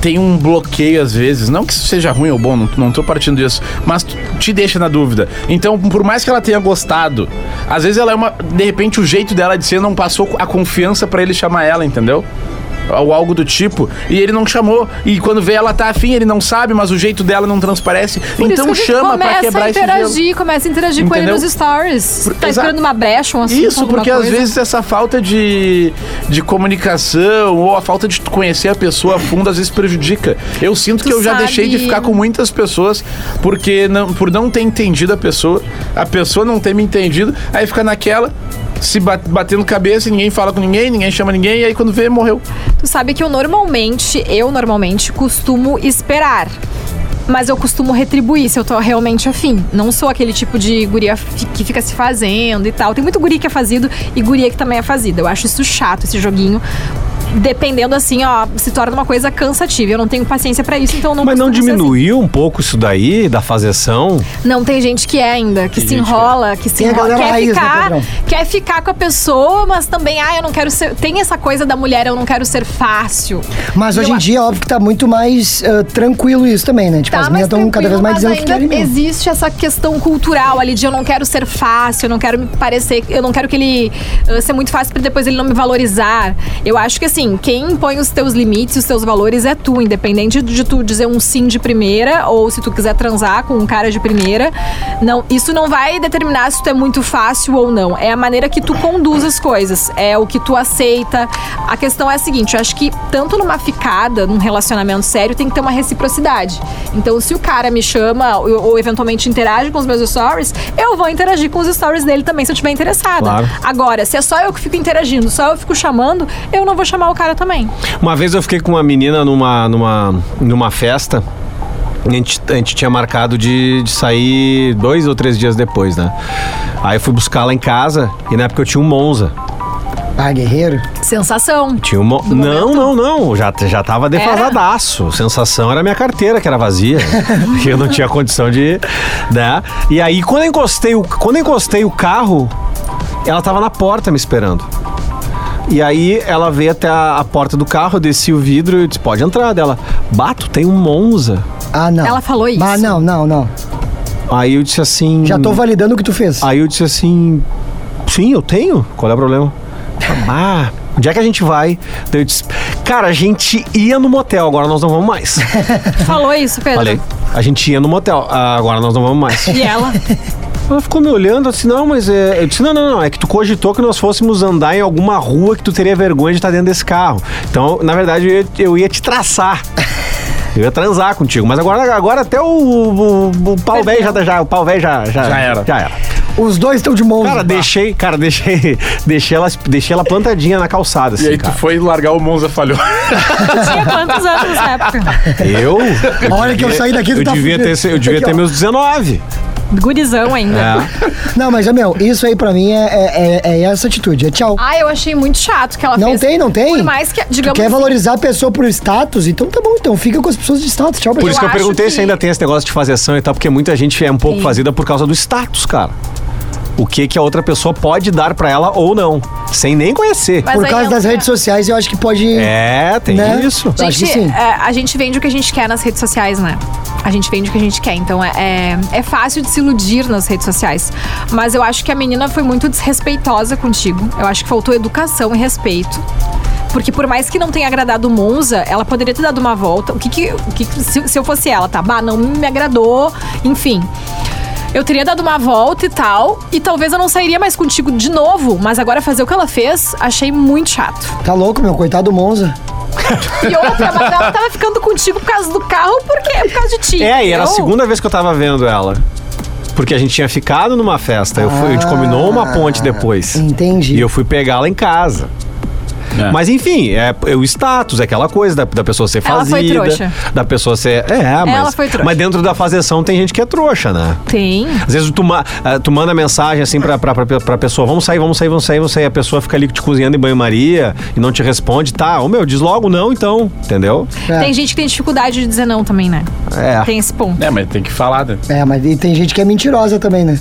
B: Tem um bloqueio às vezes, não que isso seja ruim ou bom, não, não tô partindo disso, mas tu- te deixa na dúvida. Então, por mais que ela tenha gostado, às vezes ela é uma. De repente, o jeito dela de ser não passou a confiança pra ele chamar ela, entendeu? Ou algo do tipo, e ele não chamou. E quando vê ela tá afim, ele não sabe, mas o jeito dela não transparece.
D: Por isso que
B: então
D: a gente
B: chama pra
D: Começa a
B: quebrar esse gelo.
D: interagir, começa a interagir com ele
B: Entendeu?
D: nos stories.
B: Por-
D: tá
B: exato.
D: esperando uma brecha, um assunto,
B: Isso,
D: alguma
B: porque às
D: coisa.
B: vezes essa falta de, de comunicação ou a falta de conhecer a pessoa a fundo às vezes prejudica. Eu sinto
D: Tu
B: que eu já
D: sabe-
B: deixei de ficar com muitas pessoas porque não, por não ter entendido a pessoa, a pessoa não ter me entendido, aí fica naquela, se ba- batendo cabeça, ninguém fala com ninguém, ninguém chama ninguém, e aí quando vê, morreu.
D: Tu sabe que eu normalmente, eu normalmente costumo esperar. Mas eu costumo retribuir se eu tô realmente afim. Não sou aquele tipo de guria fi- que fica se fazendo e tal. Tem muito guri que é fazido e guria que também é fazida. Eu acho isso chato, esse joguinho. dependendo assim, ó, se torna uma coisa cansativa. Eu não tenho paciência pra isso, então não
E: Mas não
D: costumo ser assim.
E: diminuiu um pouco isso daí, da fazeção?
D: Não, tem gente que é ainda, que
E: Tem
D: se
E: gente que é.
D: enrola, que se
C: Tem a
D: enrola,
C: galera
D: quer
C: raiz, né,
D: ficar,
C: Pedrão?
D: quer ficar com a pessoa, mas também, ah, eu não quero ser. Tem essa coisa da mulher, eu não quero ser fácil.
C: Mas
D: Eu
C: hoje em
D: acho-
C: dia, óbvio que tá muito mais ah, tranquilo isso também, né? Tipo, as
D: Tá, mas
C: minhas estão cada vez
D: tranquilo,
C: mais
D: mas
C: dizendo que querem
D: ainda
C: mesmo.
D: existe essa questão cultural ali de eu não quero ser fácil, eu não quero me parecer, eu não quero que ele ah, ser muito fácil pra depois ele não me valorizar. Eu acho que assim, quem impõe os teus limites, os teus valores é tu, independente de tu dizer um sim de primeira ou se tu quiser transar com um cara de primeira, não, isso não vai determinar se tu é muito fácil ou não. É a maneira que tu conduz as coisas, é o que tu aceita. A questão é a seguinte, eu acho que tanto numa ficada, num relacionamento sério, tem que ter uma reciprocidade. Então, se o cara me chama ou, ou eventualmente interage com os meus stories, eu vou interagir com os stories dele também se eu estiver interessada.
E: Claro.
D: Agora, se é só eu que fico interagindo, só eu fico chamando, eu não vou chamar o cara também.
E: Uma vez eu fiquei com uma menina numa, numa, numa festa. A gente, a gente tinha marcado de, de sair dois ou três dias depois, né? Aí eu fui buscar lá em casa e na época eu tinha um Monza.
C: Ah, guerreiro.
D: Sensação.
E: Tinha um Mo- Não,
D: momento?
E: não, não. Já, já tava defasadaço. Sensação era minha carteira que era vazia. E eu não tinha condição de. Né? E aí, quando eu encostei o, quando eu encostei o carro, ela tava na porta me esperando. E aí ela veio até a, a porta do carro, eu desci o vidro e disse, pode entrar dela. Bato, tem um Monza.
C: Ah, não.
D: Ela falou isso. Hum.
C: Ah, não, não, não.
E: Aí eu disse assim.
C: Já tô validando o que tu fez.
E: Aí eu disse assim: Sim, eu tenho. Qual é o problema? Ah, onde é que a gente vai? Daí eu disse: Cara, a gente ia no motel, agora nós não vamos mais.
D: Falou isso, Pedro.
E: Falei: A gente ia no motel, ah, agora nós não vamos mais.
D: E ela?
E: Ela ficou me olhando assim: Não, mas é. Eu disse: Não, não, não. É que tu cogitou que nós fôssemos andar em alguma rua que tu teria vergonha de estar dentro desse carro. Então, na verdade, eu ia, eu ia te traçar. Eu ia transar contigo, mas agora, agora até o, o, o pau velho já, tá, já, o pau velho já, já,
B: Já era.
E: Já era.
C: Os dois estão de monza.
E: Cara, deixei, cara, deixei, deixei ela, deixei ela plantadinha na calçada,
B: E
E: assim,
B: aí tu
E: cara.
B: foi largar o Monza falhou.
D: Tinha quantos anos na época?
E: Eu?
C: Olha que eu saí daqui, tu
E: Eu
C: tá
E: devia
C: fudido.
E: ter, se- eu devia
C: Aqui,
E: ter
C: ó.
E: meus 19.
D: Gurizão ainda.
E: É.
C: Não, mas, meu, isso aí pra mim é, é- é- é essa atitude. É tchau.
D: Ah, eu achei muito chato que ela
C: Não
D: fez.
C: tem, não tem.
D: Por mais que,
C: Tu
D: digamos
C: quer
D: assim,
C: valorizar a pessoa por status? Então tá bom, então fica com as pessoas de status. Tchau,
E: Por isso que eu
D: acho
E: perguntei se
D: que-
E: ainda tem esse negócio de fazeção e tal, porque muita gente é um pouco
D: Sim.
E: fazida por causa do status, cara. O que que a outra pessoa pode dar pra ela ou não, sem nem conhecer.
D: Mas
C: Por
D: aí é
C: causa
D: entra-
C: das redes sociais, eu acho que pode...
E: É, tem
C: Né?
E: isso.
C: Eu acho que
D: Gente,
C: sim.
D: é, a gente vende o que a gente quer nas redes sociais, né? A gente vende o que a gente quer, então é, é, é fácil de se iludir nas redes sociais. Mas eu acho que a menina foi muito desrespeitosa contigo. Eu acho que faltou educação e respeito. Porque por mais que não tenha agradado o Monza, ela poderia ter dado uma volta. O que que... O que que- se, se eu fosse ela, tá? Bah, não me agradou. Enfim. Eu teria dado uma volta e tal. E talvez eu não sairia mais contigo de novo. Mas agora fazer o que ela fez, achei muito chato.
C: Tá louco, meu? Coitado do Monza.
D: E outra, mas ela tava ficando contigo por causa do carro, porque é por causa de ti.
E: É, e era
D: entendeu?
E: a segunda vez que eu tava vendo ela. Porque a gente tinha ficado numa festa. Eu fui, a gente combinou uma ponte depois.
C: Entendi.
E: E eu fui pegá-la em casa.
B: É.
E: Mas enfim, é, é o status, é aquela coisa da, da pessoa ser
D: Ela
E: fazida.
D: foi trouxa.
E: Da pessoa ser. É, mas.
D: foi trouxa.
E: Mas dentro da fazeção tem gente que é trouxa, né?
D: Tem.
E: Às vezes tu, ma- ah, tu manda mensagem assim pra, pra, pra, pra pessoa, vamos sair, vamos sair, vamos sair, vamos sair. A pessoa fica ali te cozinhando em banho-maria e não te responde, tá, ô meu, diz logo não então, entendeu?
C: É.
D: Tem gente que tem dificuldade de dizer não também, né?
E: É.
D: Tem esse ponto.
B: É, mas tem que falar, né?
C: É, mas e tem gente que é mentirosa também, né?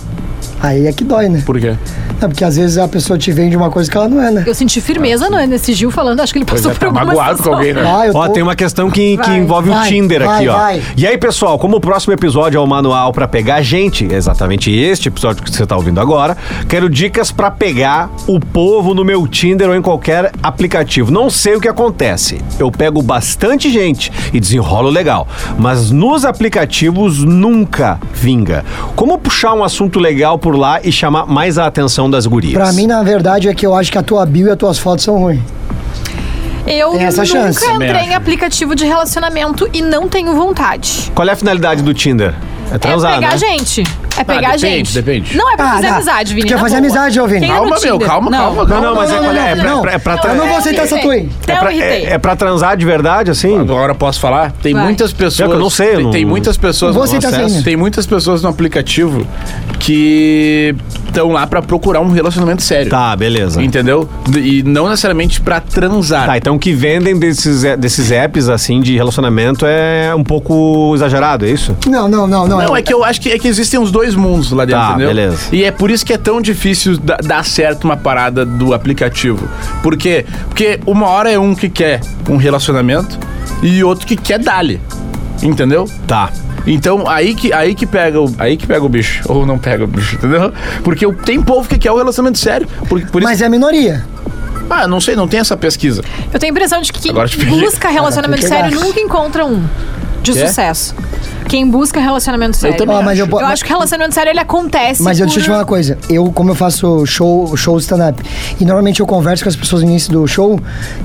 C: Aí é que dói, né?
B: Por quê?
C: É porque às vezes a pessoa te vende uma coisa que ela não é, né?
D: Eu senti firmeza no, nesse Gil falando, acho que ele
B: Pois
D: passou
B: é,
D: por
B: tá
D: algumas
B: magoado com
D: situações.
B: alguém, né?
C: Ah, eu
E: Ó,
C: tô-
E: tem uma questão que, que
D: Vai,
E: envolve o
C: vai,
E: Tinder
C: vai,
E: aqui, ó.
C: vai.
E: E aí, pessoal, como o próximo episódio é o manual pra pegar gente, é exatamente este episódio que você tá ouvindo agora, quero dicas pra pegar o povo no meu Tinder ou em qualquer aplicativo. Não sei o que acontece. Eu pego bastante gente e desenrolo legal, mas nos aplicativos nunca vinga. Como puxar um assunto legal por lá e chamar mais a atenção das gurias?
C: Pra mim, na verdade, é que eu acho que a tua bio e as tuas fotos são ruins.
D: Eu
C: Tem essa
D: nunca
C: chance.
D: entrei em
B: Merda.
D: aplicativo de relacionamento e não tenho vontade.
E: Qual é a finalidade do Tinder? É transar,
D: é pegar
E: né?
D: gente. É pegar
B: depende,
D: gente.
B: depende.
D: Não, é pra
C: Ah,
D: fazer
C: não.
D: amizade, Vini.
C: Tu quer
D: na
C: fazer
D: boa.
C: amizade, ô, Vini?
D: Quem é
B: Calma,
D: no
B: meu,
D: Tinder?
B: calma,
D: não.
B: calma,
E: Não,
B: calma.
E: não, mas é,
C: não,
E: qual é? É
C: não,
E: pra-
C: não.
E: é pra,
D: Não,
E: tra-
C: Eu não vou aceitar essa tua aí.
D: Até eu
E: pra-
D: irritei.
E: é pra transar de verdade, assim?
B: Agora posso falar? Tem
D: Vai.
B: muitas pessoas.
E: Pior que eu não sei, eu
B: Tem,
E: não-
B: tem muitas pessoas.
E: né?
C: Não vou aceitar
B: no acesso.
C: senha.
B: Tem muitas pessoas no aplicativo que estão lá pra procurar um relacionamento sério.
E: Tá, beleza.
B: Entendeu? E não necessariamente pra transar.
E: Tá, então o que vendem desses, é, desses apps, assim, de relacionamento é um pouco exagerado, é isso?
C: Não, não, não, não.
B: Não, é que eu acho que, é que existem os dois mundos lá dentro,
E: Tá,
B: entendeu?
E: beleza.
B: E é por isso que é tão difícil da- dar certo uma parada do aplicativo. Por quê? Porque uma hora é um que quer um relacionamento e outro que quer dali. Entendeu?
E: Tá.
B: Então, aí que, aí que pega o, aí que pega o bicho. Ou não pega o bicho, entendeu? Porque o- tem povo que quer o relacionamento sério. Por, por isso,
C: Mas é a minoria.
B: ah, não sei, não tem essa pesquisa.
D: Eu tenho a impressão de que quem
B: Agora te peguei.
C: Ah,
D: busca relacionamento
C: Agora te
D: sério
C: pegaste.
D: nunca encontra um de
B: Quê?
D: sucesso. Quem busca relacionamento sério.
B: também
C: Ó, mas
B: acho.
C: eu, po-
D: Né? Eu
C: mas-
D: acho que relacionamento sério ele acontece.
C: Mas eu deixa eu te
D: por-
C: falar uma coisa. Eu, como eu faço show, show stand-up, e normalmente eu converso com as pessoas no início do show,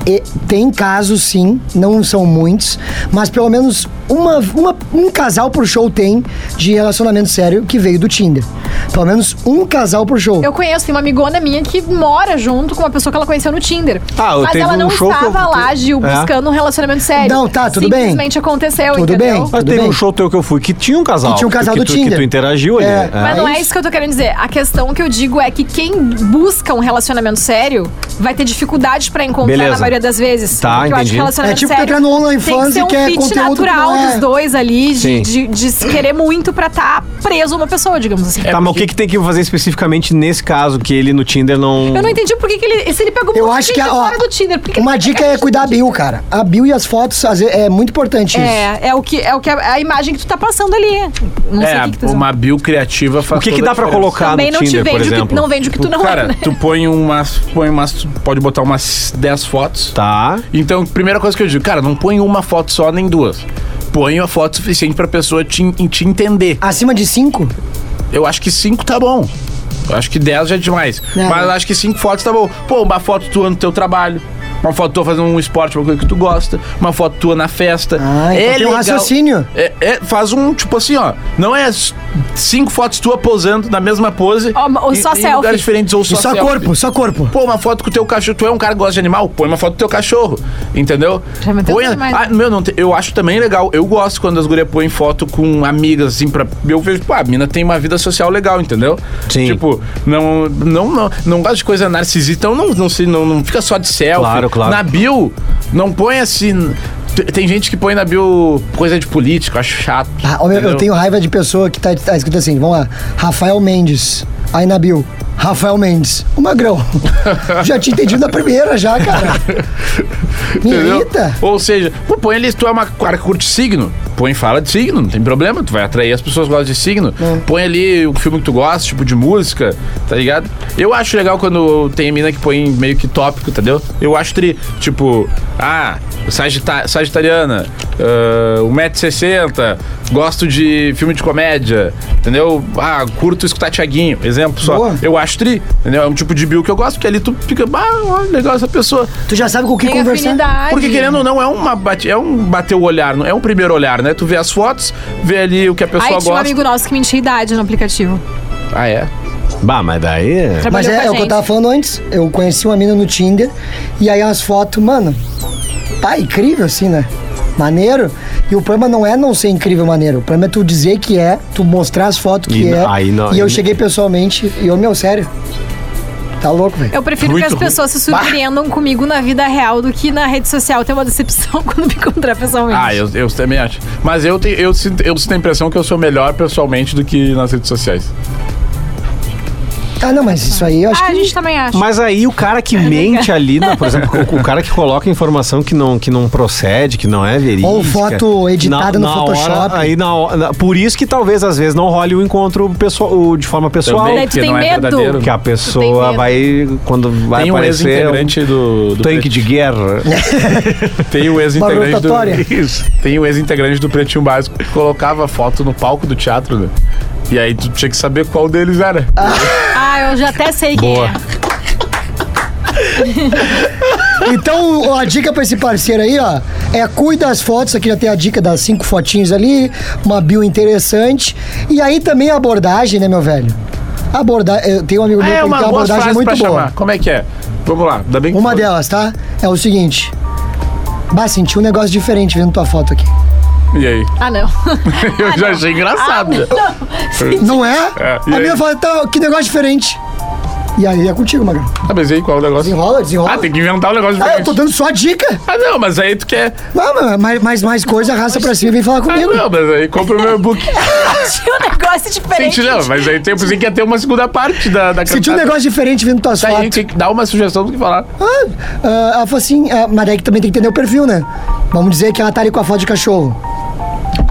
C: e tem casos sim, não são muitos, mas pelo menos uma, uma- um casal por show tem de relacionamento sério que veio do Tinder. Pelo menos um casal por show.
D: Eu conheço, tem uma amigona minha que mora junto com uma pessoa que ela conheceu no Tinder.
E: Ah, eu
D: mas
E: teve
D: ela não
E: um show que eu-
D: estava lá, Gil,
E: É.
D: buscando um relacionamento sério.
C: Não, tá, tudo bem.
D: Simplesmente aconteceu,
C: Tudo
D: entendeu?
C: bem.
E: Mas
C: Tudo
E: teve
C: bem.
E: um show teu que eu fui que tinha um casal.
C: Que tinha um casal
E: que
C: do
E: tu, Que
C: Tinder.
E: tu interagiu ali.
C: É.
E: né?
D: Mas
C: É
D: não é
C: isso.
D: isso que eu tô querendo dizer. A questão que eu digo é que quem busca um relacionamento sério vai ter dificuldade pra encontrar
E: Beleza.
D: na maioria das vezes.
E: Tá,
D: Porque eu acho
E: entendi.
D: que relacionamento
C: É tipo
D: sério
C: entrar no OnlyFans
D: tem que
C: e
D: ser um
C: quer
D: fit
C: conteúdo que
D: natural
C: não é.
D: dos dois ali,
E: Sim.
D: de, de, de se querer muito pra tá preso a uma pessoa, digamos assim.
E: Tá, mas o que, que tem que fazer especificamente nesse caso que ele no Tinder não.
D: Eu não entendi por que, que ele. Se ele pegou
C: Eu
D: muito
C: acho que
D: gente
C: a- ó,
D: fora do Tinder, por assim que que
C: Uma
D: ele-
C: dica é cuidar a bio, cara. A bio e as fotos às vezes, é muito importante isso.
D: É, é o que é o que a, a imagem que tu tá passando ali. Não sei
B: é,
D: o que, que tu tá
B: uma bio criativa faz
E: O que, que
B: toda a
E: dá pra
B: diferença.
E: colocar
D: Também
E: no
D: não te
E: Tinder, por
D: vende o que
E: exemplo?
D: não vende o que tu não é.
B: Cara,
D: né?
B: tu põe umas, põe umas, tu pode botar umas 10 fotos.
E: Tá.
B: Então, primeira coisa que eu digo, cara, não põe uma foto só nem duas. Põe uma foto suficiente pra pessoa te, en- te entender.
C: Acima de cinco?
B: Eu acho que cinco tá bom. Eu acho que 10 já é demais.
C: Não.
B: Mas eu acho que cinco fotos tá bom. Pô, uma foto tua no teu trabalho. Uma foto tua fazendo um esporte, uma coisa que tu gosta. Uma foto tua na festa.
C: Ah, então tem um
B: legal.
C: raciocínio.
B: É- é, faz um, tipo assim, ó. Não é s- cinco fotos tua posando na mesma pose.
D: Ó, ou só
B: Em
D: selfie.
B: lugares diferentes, ou só,
C: E só
B: selfie.
C: corpo, só corpo.
B: Pô, uma foto com o teu cachorro. Tu é um cara que gosta de animal? Põe uma foto do teu cachorro. Entendeu?
D: Já me
B: Põe.
D: entendeu
B: Ah,
D: demais.
B: meu, não, te- eu acho também legal. Eu gosto quando as gurias põem foto com amigas, assim, pra. Eu vejo, pô, a mina tem uma vida social legal, entendeu?
E: Sim.
B: Tipo, não. Não, não, não gosto de coisa narcisista. Então não, não, se- não, não fica só de selfie.
E: Claro, claro.
B: Na bio, não põe assim. te- Tem gente que põe na bio coisa de político, eu acho chato.
C: Ah, ó, meu, eu
B: entendeu?
C: tenho raiva de pessoa que tá, tá escrito assim, vamos lá, Rafael Mendes. Aí na bio, Rafael Mendes. O Magrão. já tinha entendido na primeira já, cara. Me
B: Entendeu?
C: irrita.
B: Ou seja, pô, põe ali, tu é uma cara que curte signo, põe fala de signo, não tem problema, tu vai atrair as pessoas que gostam de signo. Põe ali o filme que tu gosta, tipo de música, tá ligado? Eu acho legal quando tem mina que põe meio que tópico, entendeu? Eu acho tri, tipo, ah, sagita sagitariana, ah, 1,60m, gosto de filme de comédia, entendeu? Ah, curto escutar Tiaguinho, exemplo só.
C: Boa.
B: Eu acho tri, entendeu? É um tipo de bio que eu gosto, porque ali tu fica, ah, olha, legal essa pessoa.
C: Tu já sabe com o que
D: Tem
C: conversar.
D: afinidade.
B: Porque querendo ou não, é, uma bate- é um bater o olhar, não é um primeiro olhar, né? Tu vê as fotos, vê ali o que a pessoa
D: Aí tinha um
B: gosta.
D: amigo nosso que mentia a idade no aplicativo.
B: Ah, é?
E: Bah, mas daí.
C: Mas
D: Trabalhou
C: é,
D: com a
C: é o que eu
D: gente.
C: tava falando antes. Eu conheci uma mina no Tinder e aí umas fotos, mano. Tá incrível assim, né? Maneiro. E o problema não é não ser incrível maneiro. O problema é tu dizer que é, tu mostrar as fotos que
E: E
C: é.
E: aí não-
C: e eu
E: aí-
C: cheguei pessoalmente e eu, meu, sério. Tá louco, velho.
D: Eu prefiro
B: Muito
D: que as
B: ruim.
D: pessoas se surpreendam comigo na vida real do que na rede social ter uma decepção quando me encontrar pessoalmente.
B: Ah, eu, eu também acho. Mas eu, tenho, eu, sinto, eu sinto a impressão que eu sou melhor pessoalmente do que nas redes sociais.
C: Ah, não, mas isso aí eu acho
D: Ah,
C: que.
D: a gente também acha.
E: Mas aí o cara que mente ali, na- por exemplo, o, o cara que coloca informação que não, que não procede, que não é verídica.
C: Ou foto editada no Photoshop.
E: hora- aí na, hora- na- por isso que talvez às vezes não role o encontro pessoal, o- de forma pessoal.
B: Também,
D: Daí né, tu
B: porque
D: tem
B: não é
D: medo.
B: verdadeiro.
E: Que a pessoa
D: medo.
E: vai, quando vai
B: Tem um
E: aparecer, um
B: ex-integrante do, do
E: tanque de guerra.
B: Tem o ex-integrante do.
C: rotatória.
B: Isso. Tem o ex-integrante do Pretinho Básico que colocava foto no palco do teatro, né? E aí tu tinha que saber qual deles era.
D: Ah, eu já até sei quem
E: Boa.
D: é. tá-
C: Então, ó, a dica pra esse parceiro aí, ó, é cuida as fotos, aqui já tem a dica das cinco fotinhas ali, uma bio interessante. E aí também a abordagem, né, meu velho? Abordagem, eu tenho um amigo meu que
B: é
C: ele
B: uma
C: tem uma
B: boa
C: abordagem
B: frase
C: muito
B: pra
C: boa.
B: chamar. Como é que é? Vamos lá, ainda bem que
C: Uma
B: tu-
C: delas, tá? É o seguinte. Bah, senti um negócio diferente vendo tua foto aqui.
B: E aí?
D: Ah, não.
B: Eu
D: Ah,
B: já
D: não.
B: achei engraçado.
D: Ah, não.
C: Não é?
B: É, e
C: a
B: aí?
C: minha fala, tá, que negócio diferente. E aí é contigo, Magrão.
B: Ah, mas e aí, qual é o negócio?
C: Desenrola, desenrola.
B: Ah, tem que inventar um negócio
C: Ah,
B: diferente.
C: eu tô dando só dica.
B: Ah, não, mas aí tu quer.
C: Não, mas- mas mais, mais coisa, arrasta pra cima e vem falar
B: Ah,
C: comigo. É
B: não, mas aí compra o meu e-book.
D: Tinha um negócio diferente.
B: Gente, não, mas aí tem eu pensei que ia ter uma segunda parte da, da
C: Se tinha um
B: cantada.
C: negócio diferente vindo tuas
B: Tá aí,
C: fotos.
B: tem que dar uma sugestão do que falar.
C: Ah, ah, ela falou assim, ah, mas daí que também tem que entender o perfil, né? Vamos dizer que ela tá ali com a foto de cachorro.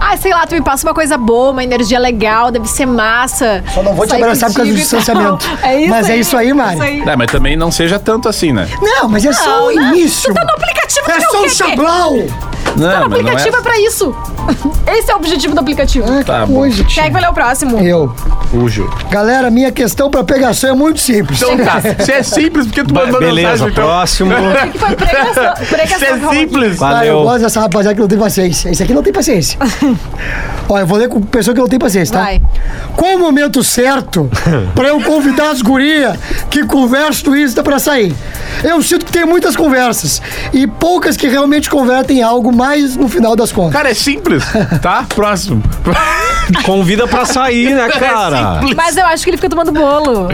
D: Ah, sei lá, tu me passa uma coisa boa, uma energia legal, deve ser massa.
C: Só não vou te
D: Sair
C: abraçar por causa do
D: contigo e tal.
C: distanciamento.
D: É isso
C: Mas é
D: aí, Tá
C: isso aí, Mari.
B: Ah, mas também não seja tanto assim, né?
C: Não, mas é só o início.
D: Tu tá no aplicativo
C: É
D: tu quer
C: só
D: o
C: um
D: quê?
C: chablau.
D: Tá
B: Não,
D: no aplicativo é... pra isso. Esse é o objetivo do aplicativo.
C: Ah, que
B: Tá bom.
C: coisa,
D: Quem é que
C: tio.
D: vai ler o próximo?
C: Eu.
B: Cujo.
C: Galera, minha questão pra pegação é muito simples.
B: Então tá, se é simples, porque tu mandou
E: Beleza,
B: mensagem, então?
E: próximo.
D: Que foi pregação.
B: Se
D: pregação
B: é
D: que eu vou-
B: simples.
C: Ah, eu
E: Valeu.
C: gosto dessa rapaziada que não tem paciência. Esse aqui não tem paciência. Ó, eu vou ler com pessoa que não tem paciência, tá?
D: Vai.
C: Qual o momento certo pra eu convidar as gurias que conversam no Insta pra sair? Eu sinto que tem muitas conversas e poucas que realmente convertem em algo mais no final das contas.
B: Cara, é simples, tá? Próximo.
E: Convida pra sair, né,
B: É
E: cara?
B: simples.
D: Mas eu acho que ele fica tomando bolo.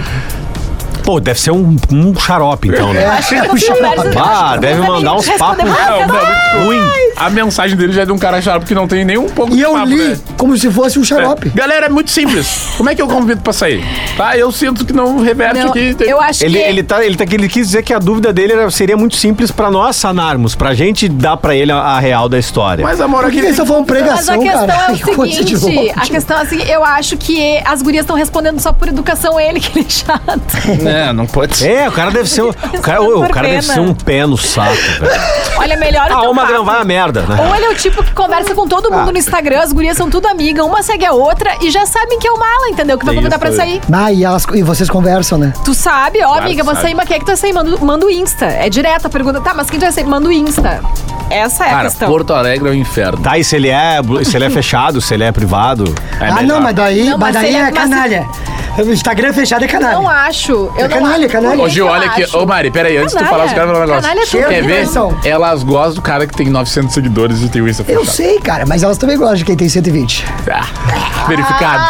E: Pô, deve ser um, um xarope, então, né?
C: Acho
D: Eu não sei, mas eu
E: Ah,
D: acho que
E: deve
D: não
E: mandar
D: deve
E: uns
D: responder
E: papos.
D: mais,
B: Não,
D: eu não-
B: não,
E: Ruim.
B: a mensagem dele já é de um cara chato, porque não tem nenhum pouco
C: E
B: de
C: eu
B: papo,
C: li
B: né?
C: como se fosse um xarope.
B: Galera, é muito simples. Como é que eu convido pra sair? Tá, eu sinto que não reverte
D: Não,
B: aqui.
D: eu acho
E: Ele,
D: que...
E: ele, tá, ele, tá, ele quis dizer que a dúvida dele era- seria muito simples pra nós sanarmos, pra gente dar pra ele a, a real da história.
B: Mas a moral
C: Por
B: aqui
C: que eles
B: tem...
C: estão falando
D: Mas
C: pregação,
D: a questão
C: cara?
D: é
C: Que coisa
D: o
C: de louco.
D: seguinte, a questão é assim, eu acho que as gurias estão respondendo só por educação ele, que ele é chato.
B: Não, não pode ser.
E: É, o cara deve ser, um- o cara,
D: Por
E: o cara deve
D: pena.
E: ser um pé no saco, velho.
D: Olha, é melhor o
E: Ah,
D: teu
E: o Magrão
D: papo.
E: vai a merda, né?
D: Ou ele é o tipo que conversa com todo mundo no Instagram, as gurias são tudo amiga, uma segue a outra e já sabem que é o mala, entendeu? Que vai
B: Isso
D: convidar pra
B: aí.
D: sair.
C: Ah, e, elas- e vocês conversam, né?
D: Tu sabe, ó, amiga,
B: que
D: vou
B: sabe.
D: sair, mas quem é que tu vai sair? Manda, manda o Insta. É direta a pergunta. Tá, mas quem tu vai sair? Manda o Insta. Essa é a
B: Cara,
D: questão.
B: Porto Alegre é um inferno.
E: Tá, e se ele é, se ele é fechado, se ele é privado?
B: É
C: ah,
B: melhor.
C: não, mas daí,
D: Não,
C: mas
D: mas
C: daí
D: ele-
C: é
D: mas-
C: canalha. O Instagram é fechado é canalha.
D: Não acho. Eu
C: É canalha,
D: não
C: é canalha.
D: Por que
B: Hoje
D: eu
B: olha aqui,
D: acho?
B: ô Mari, peraí, antes de tu
D: Canalha.
B: falar, os caras falam um negócio.
D: Canalha é tudo
B: Quer
D: que
B: ver?
C: não.
B: Elas gostam do cara que tem 900 seguidores e tem o Insta
C: Eu
B: fechado.
C: sei, cara, mas elas também gostam de quem tem 120.
B: Ah, verificado.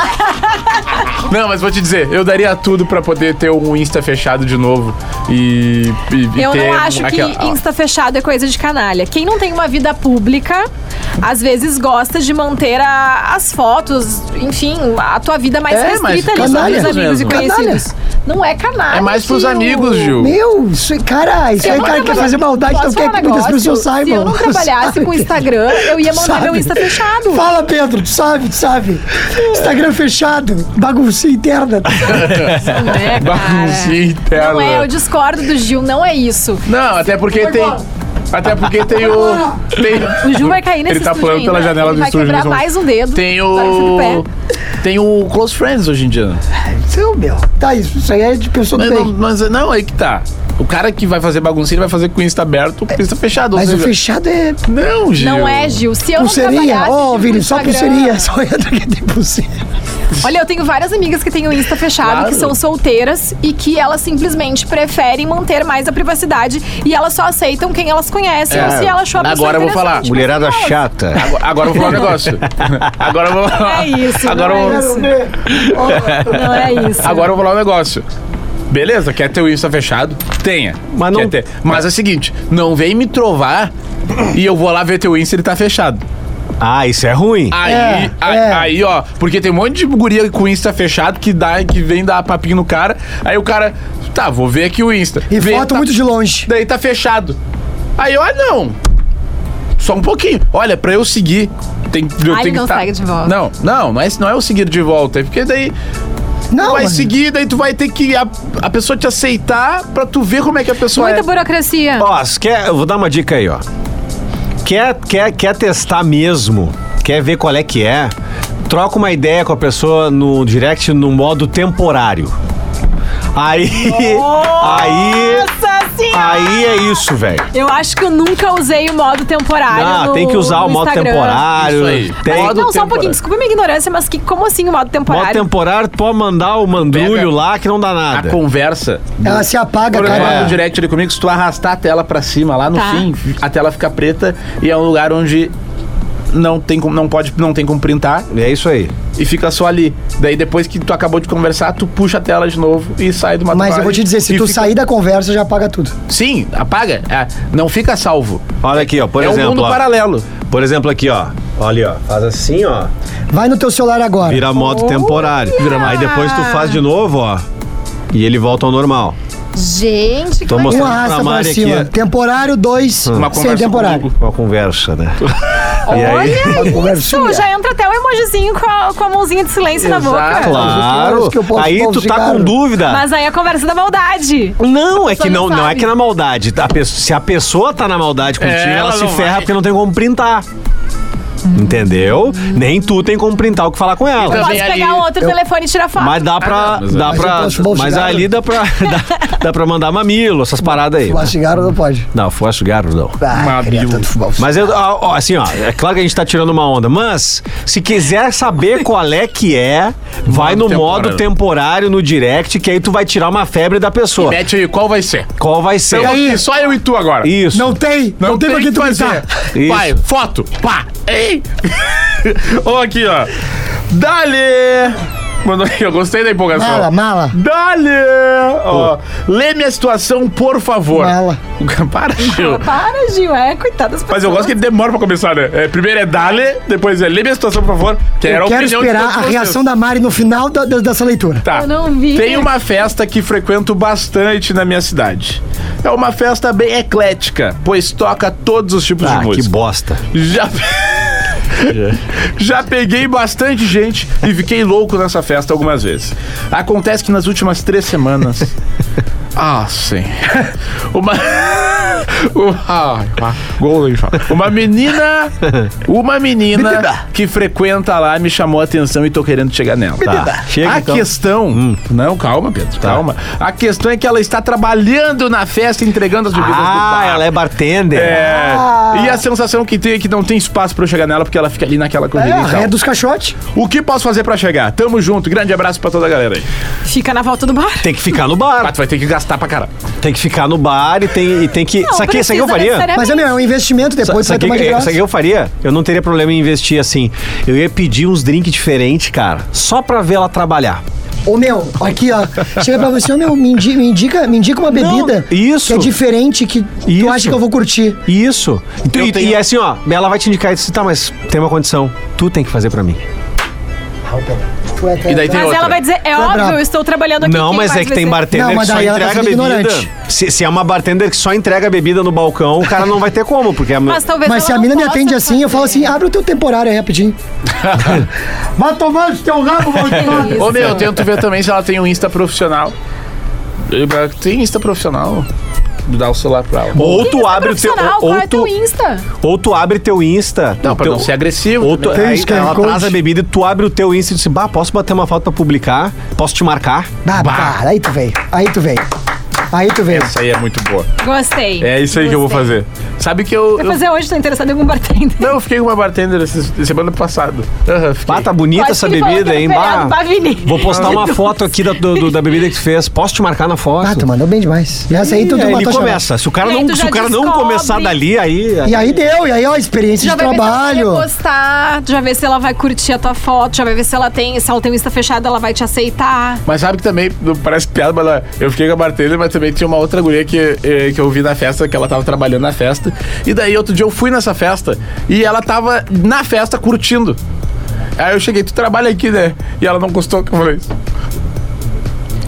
B: Não, mas vou te dizer, eu daria tudo pra poder ter um Insta fechado de novo e, e- e
D: Eu
B: ter
D: não acho que
B: aquela-
D: Insta fechado é coisa de canalha. Quem não tem uma vida pública, às vezes gosta de manter a- as fotos, enfim, a tua vida mais
B: É, mas
D: restrita ali, só
C: canalha
D: pros amigos
B: mesmo.
D: e conhecidos. Não é canalha.
B: É mais pros
D: tio.
B: amigos, Gil.
C: Meu, isso, é, cara, isso aí, cara,
D: Eu não
C: quer
D: trabalho-
C: fazer maldade,
D: Posso
C: não quer
D: falar
C: que
D: um
C: muitas
D: negócio?
C: pessoas
D: Se
C: saibam.
D: eu não trabalhasse com o
C: Sabe?
D: Instagram, eu ia mandar meu
C: Sabe?
D: Insta fechado.
C: Fala, Pedro, tu sabe, tu sabe. Instagram fechado, bagunça interna.
D: Não é, cara.
B: Baguncinha interna.
D: Não é, eu discordo do Gil, não é isso.
B: Não, até porque tem. Até porque tem o. Tem,
D: O Gil vai cair nesse
B: Ele tá
D: estúdio
B: falando
D: ainda.
B: pela janela
D: Ele
B: do
D: vai
B: estúdio.
D: quebrar
B: nesse momento.
D: mais um dedo.
B: Tem
D: Vai ser do
B: o.
D: pé.
B: Tem o Close Friends hoje em dia.
C: Seu, meu. Tá, isso, isso aí é de pessoa do
B: Mas não,
C: bem.
B: mas não, aí que tá. O cara que vai fazer baguncinha, ele vai fazer com o Insta aberto ou com o Insta fechado. ou
C: Mas o
B: seja-
C: fechado é
B: Não, Gil.
D: Não é, Gil. Se eu não
C: pulseirinha.
D: trabalhasse,
C: Ó,
D: Gil,
C: Vini,
D: com
C: só
D: Instagram-
C: pulseirinha, só entra quem tem pulseirinha.
D: Olha, eu tenho várias amigas que têm o Insta fechado,
B: Claro.
D: que são solteiras e que elas simplesmente preferem manter mais a privacidade e elas só aceitam quem elas conhecem
B: É,
D: ou se ela achou a pessoa
B: agora eu vou falar.
D: interessante.
E: Mulherada chata.
B: Agora- Agora eu vou falar um negócio. Agora eu vou falar.
D: É isso,
B: Agora eu
D: não
B: vou-
D: é isso. Não é isso.
B: Agora eu vou falar um negócio. Beleza, quer ter o Insta fechado? Tenha.
E: Mas não-
B: Quer ter. Mas é o seguinte, não vem me trovar e eu vou lá ver teu Insta e ele tá fechado.
E: Ah, isso é ruim.
B: Aí,
C: É,
B: a-
C: é.
B: aí, ó, porque tem um monte de guria com Insta fechado que dá, que vem dar papinho no cara. Aí o cara, tá, vou ver aqui o Insta.
C: E
B: Vê,
C: foto
B: tá-
C: muito de longe.
B: Daí tá fechado. Aí, ó, não. Só um pouquinho. Olha, pra eu seguir, tem, eu
D: Ah, ele
B: tenho
D: não
B: que tá-
D: segue de volta.
B: Não, não, não é, não é o seguir de volta. É porque daí tu
C: Não,
B: vai
C: mano.
B: seguir, daí tu vai ter que a, a pessoa te aceitar pra tu ver como é que a pessoa
D: Muita
B: é.
D: burocracia.
E: Ó, se quer, eu vou dar uma dica aí, ó. Quer, quer, quer testar mesmo? Quer ver qual é que é? Troca uma ideia com a pessoa no direct no modo temporário. Aí. Aí.
D: Nossa senhora!
E: Aí é isso, velho.
D: Eu acho que eu nunca usei o modo temporário.
E: Ah,
D: no-
E: tem que usar
D: no
E: o modo
D: Instagram.
E: temporário.
B: Isso aí.
E: Tem.
D: Não,
B: Modo-
E: Modo,
D: só um
B: temporário.
D: pouquinho, desculpa a minha ignorância, mas que, como assim o modo temporário?
E: temporário, tu pode mandar o mandrulho
B: Pega. Tá
E: lá que não dá
B: A
E: nada.
B: conversa.
C: Ela se apaga,
B: Quando eu
C: cara. é.
B: falo no direct ali comigo, se tu arrastar a tela pra cima, lá no
D: Tá.
B: fim, a tela fica preta e é um lugar onde não tem como, não pode, não tem como printar
E: É isso aí.
B: e fica só ali. Daí depois que tu acabou de conversar, tu puxa a tela de novo e sai do
C: Mas eu vou te dizer, se tu sair da conversa, já apaga tudo.
B: Sim, apaga. É, não fica salvo.
E: Olha aqui, ó. Por
B: é
E: exemplo.
B: um mundo
E: ó.
B: paralelo.
E: Por exemplo, aqui, ó. Olha ali, ó. Faz assim, ó.
C: Vai no teu celular agora.
E: Vira modo temporário.
D: Olha!
E: Aí depois tu faz de novo, ó. E ele volta ao normal.
D: Gente, é que
E: Tô
D: legal.
E: mostrando
C: Uma raça
E: pra
C: pra
E: Mari
C: cima.
E: aqui.
C: Temporário, dois,
B: Uma
C: sem
B: conversa
C: temporário.
B: comigo.
E: Uma conversa, né? E
D: Olha
E: aí?
D: isso!
C: conversinha.
D: Já entra até o emojizinho com a, com a mãozinha de silêncio na
B: Exato.
D: boca.
E: Claro.
C: que eu posso um
E: Aí tu tá
C: pausigar.
E: com dúvida.
D: Mas aí a conversa da maldade.
E: Não, é
D: pessoa
E: que não,
D: não
E: não é
D: sabe.
E: que na maldade. tá? A pe- se a pessoa tá na maldade contigo,
B: É,
E: ela,
B: ela
E: se
B: não
E: ferra
B: vai.
E: porque não tem como printar. Entendeu? Nem tu tem como printar o que falar com
D: Eu
E: ela.
D: posso
B: Também ali-
D: pegar um outro telefone e tirar foto.
E: Mas dá pra.
B: Ah, não, mas
E: dá
B: é.
E: pra
C: Mas eu posso
E: mas
C: mastigar,
E: ali
C: né?
E: dá pra. Dá, dá pra mandar mamilo, essas paradas aí.
C: Fumar cigarro não pode.
E: Não, foi cigarro, não.
C: Ah,
B: Mabil.
C: queria tanto fumar um
E: Mas eu, ó, ó, assim, ó, é claro que a gente tá tirando uma onda, mas se quiser saber qual é que é, vai no
B: Modo
E: modo
B: temporário.
E: temporário no direct, que aí tu vai tirar uma febre da pessoa.
B: Mete aí, qual vai ser?
E: Qual vai ser?
B: Então, aqui, só eu e tu agora.
E: Isso.
C: Não tem! Não, tem pra quem tu pensar.
E: Isso.
B: Vai, foto. Pá. Ei. Ó aqui, ó. Dale. Mandou aqui, eu gostei da empolgação.
C: Mala, mala.
B: Dale. Ó, lê minha situação, por favor.
C: Mala.
B: Para, Gil.
D: Para, Gil, é, coitado das pessoas.
B: Mas eu gosto que ele demora pra começar, né? É, primeiro é dale, depois é lê minha situação, por favor. Que era
C: Eu
B: a
C: quero
B: opinião de
C: esperar
B: todos
C: a
B: vocês.
C: reação da Mari no final da- da- dessa leitura.
B: Tá.
D: Eu não vi.
B: Tem uma festa que frequento bastante na minha cidade. É uma festa bem eclética, pois toca todos os tipos
E: Ah,
B: de
E: que
B: música.
E: bosta.
B: Já... Já peguei bastante gente e fiquei louco nessa festa algumas vezes. Acontece que nas últimas três semanas. Ah, sim. Uma. Uma, ah, golden shower. uma menina. Uma menina que frequenta lá me chamou a atenção e tô querendo chegar nela.
E: Tá. Chega,
B: a
E: então.
B: questão. Não, calma, Pedro. Calma. A questão é que ela está trabalhando na festa entregando as bebidas do
E: Ah,
B: bar.
E: ela é bartender.
B: É. E a sensação que tem é que não tem espaço pra eu chegar nela, porque ela fica ali naquela
C: É,
B: corrida.
C: a
B: e tal.
E: então.
C: ré dos caixotes.
B: O que posso fazer pra chegar? Tamo junto. Grande abraço pra toda a galera aí.
D: Fica na volta do bar.
E: Tem que ficar no
B: Ah,
E: bar.
B: tu vai ter que gastar pra caralho.
E: Tem que ficar no bar e tem, e tem que.
D: Não,
E: isso aqui, isso aqui eu
D: precisa
E: faria.
D: necessariamente.
C: Mas é meu, é um investimento, depois
E: Sabe
C: vai
E: o
C: tomar de
E: que, é?
C: graça.
E: sabe o que eu faria? Eu não teria problema em investir assim. Eu ia pedir uns drinks diferentes, cara, só pra ver ela trabalhar.
C: Ô meu, aqui ó, chega pra você, ô meu, me indi- me indica, me indica uma bebida
E: isso.
C: que é diferente, que
E: Isso.
C: tu acha que eu vou curtir.
E: Isso. E, tu-
B: Eu
E: e-
B: tenho-
E: e assim, ó, ela vai te indicar e diz, tá, mas tem uma condição. Tu tem que fazer pra mim.
B: E daí tem
D: Mas
B: outra.
D: ela vai dizer, é óbvio,
C: brabo.
D: eu estou trabalhando aqui.
E: Não,
D: quem
E: mas
D: mais
E: é que
D: vai
E: tem
D: ser?
E: bartender
C: Não,
E: que
C: mas
E: só
C: daí ela tá
E: entrega
C: sendo
E: bebida.
C: ignorante.
E: Se, se é uma bartender que só entrega bebida no balcão, o cara não vai ter como, porque é a
D: Mas tá talvez
C: Mas
D: ela
C: se a
D: não
C: mina me
D: possa
C: atende assim, eu falo
D: fazer.
C: assim, abre o teu temporário aí rapidinho. Vai tomar o teu rabo,
D: É isso.
B: Ô meu, eu tento ver também se ela tem um Insta profissional. Tem Insta profissional. Dá o celular pra ela.
E: ou
D: Quem
E: tu
D: é
E: abre o teu
D: profissional?
E: ou,
D: Qual é
E: tu,
D: teu Insta?
E: ou tu abre teu Insta,
B: Não,
E: o
B: pra
E: teu,
B: não ser agressivo.
E: ou tu,
B: também.
C: Tem
E: aí
C: isso que é
E: ela
C: conte.
E: traz a bebida e tu abre o teu Insta e diz: "Bah, posso bater uma foto pra publicar? Posso te marcar?"
C: Bah, cara, aí tu veio, aí tu veio, aí tu veio.
B: Essa aí é muito boa.
D: Gostei.
B: É isso aí que eu vou
D: Gostei.
B: fazer. Sabe que eu.
D: Vai
B: eu-
D: fazer hoje, tô interessado em algum bartender.
B: Não, eu fiquei com uma bartender essa semana passada. Aham, fiquei.
E: Bah, tá bonita
D: Acho
E: essa
D: que ele falou
E: bebida,
D: que era
E: hein?
D: feriado,
E: Bah.
D: bah, Vini.
E: Vou postar uma foto aqui da, do- do- da bebida que tu fez. Posso te marcar na foto?
C: Ah, tu mandou bem demais. E essa aí tu, tu
E: ele
C: matou a charada.
E: começa. Se o cara
D: E aí
E: não,
D: tu
E: se
D: já
E: o cara não
D: descobre.
E: começar dali, aí.
C: E aí deu, e aí ó, experiência
D: Já
C: de
D: vai ver se ela vai
C: trabalho.
D: postar, já vai ver se ela vai curtir a tua foto, já vai ver se ela tem, se ela tem o Insta fechado, ela vai te aceitar.
B: Mas sabe que também, não parece piada, mas ela- eu fiquei com a bartender, mas também tinha uma outra guria que, eh, que eu vi na festa, que ela tava trabalhando na festa. E daí, outro dia eu fui nessa festa e ela tava na festa curtindo. Aí eu cheguei, tu trabalha aqui, né? E ela não gostou que eu falei. isso.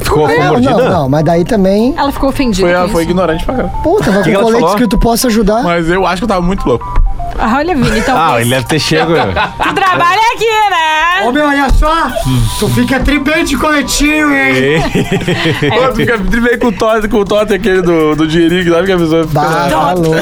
E: Ficou
C: Não,
E: mordida?
C: é não, não, mas daí também.
D: Ela ficou ofendida.
B: Foi, ela
D: com
B: foi
D: isso.
B: ignorante pra ela.
C: Puta, vai
E: Que que
C: com
E: ela
C: colete
E: falou?
C: que tu possa ajudar.
B: Mas eu acho que eu tava muito louco.
D: Ah, olha, Vini, então.
E: Ah, ele deve ter chego.
D: Tu trabalha é aqui, né?
C: meu, olha só! Tu fica tribente coletinho, hein?
D: É.
B: Eu fica meio com o Totem, com o Totem aquele do, do dinheirinho, que sabe que a pessoa fica.
C: Bah, tá louco.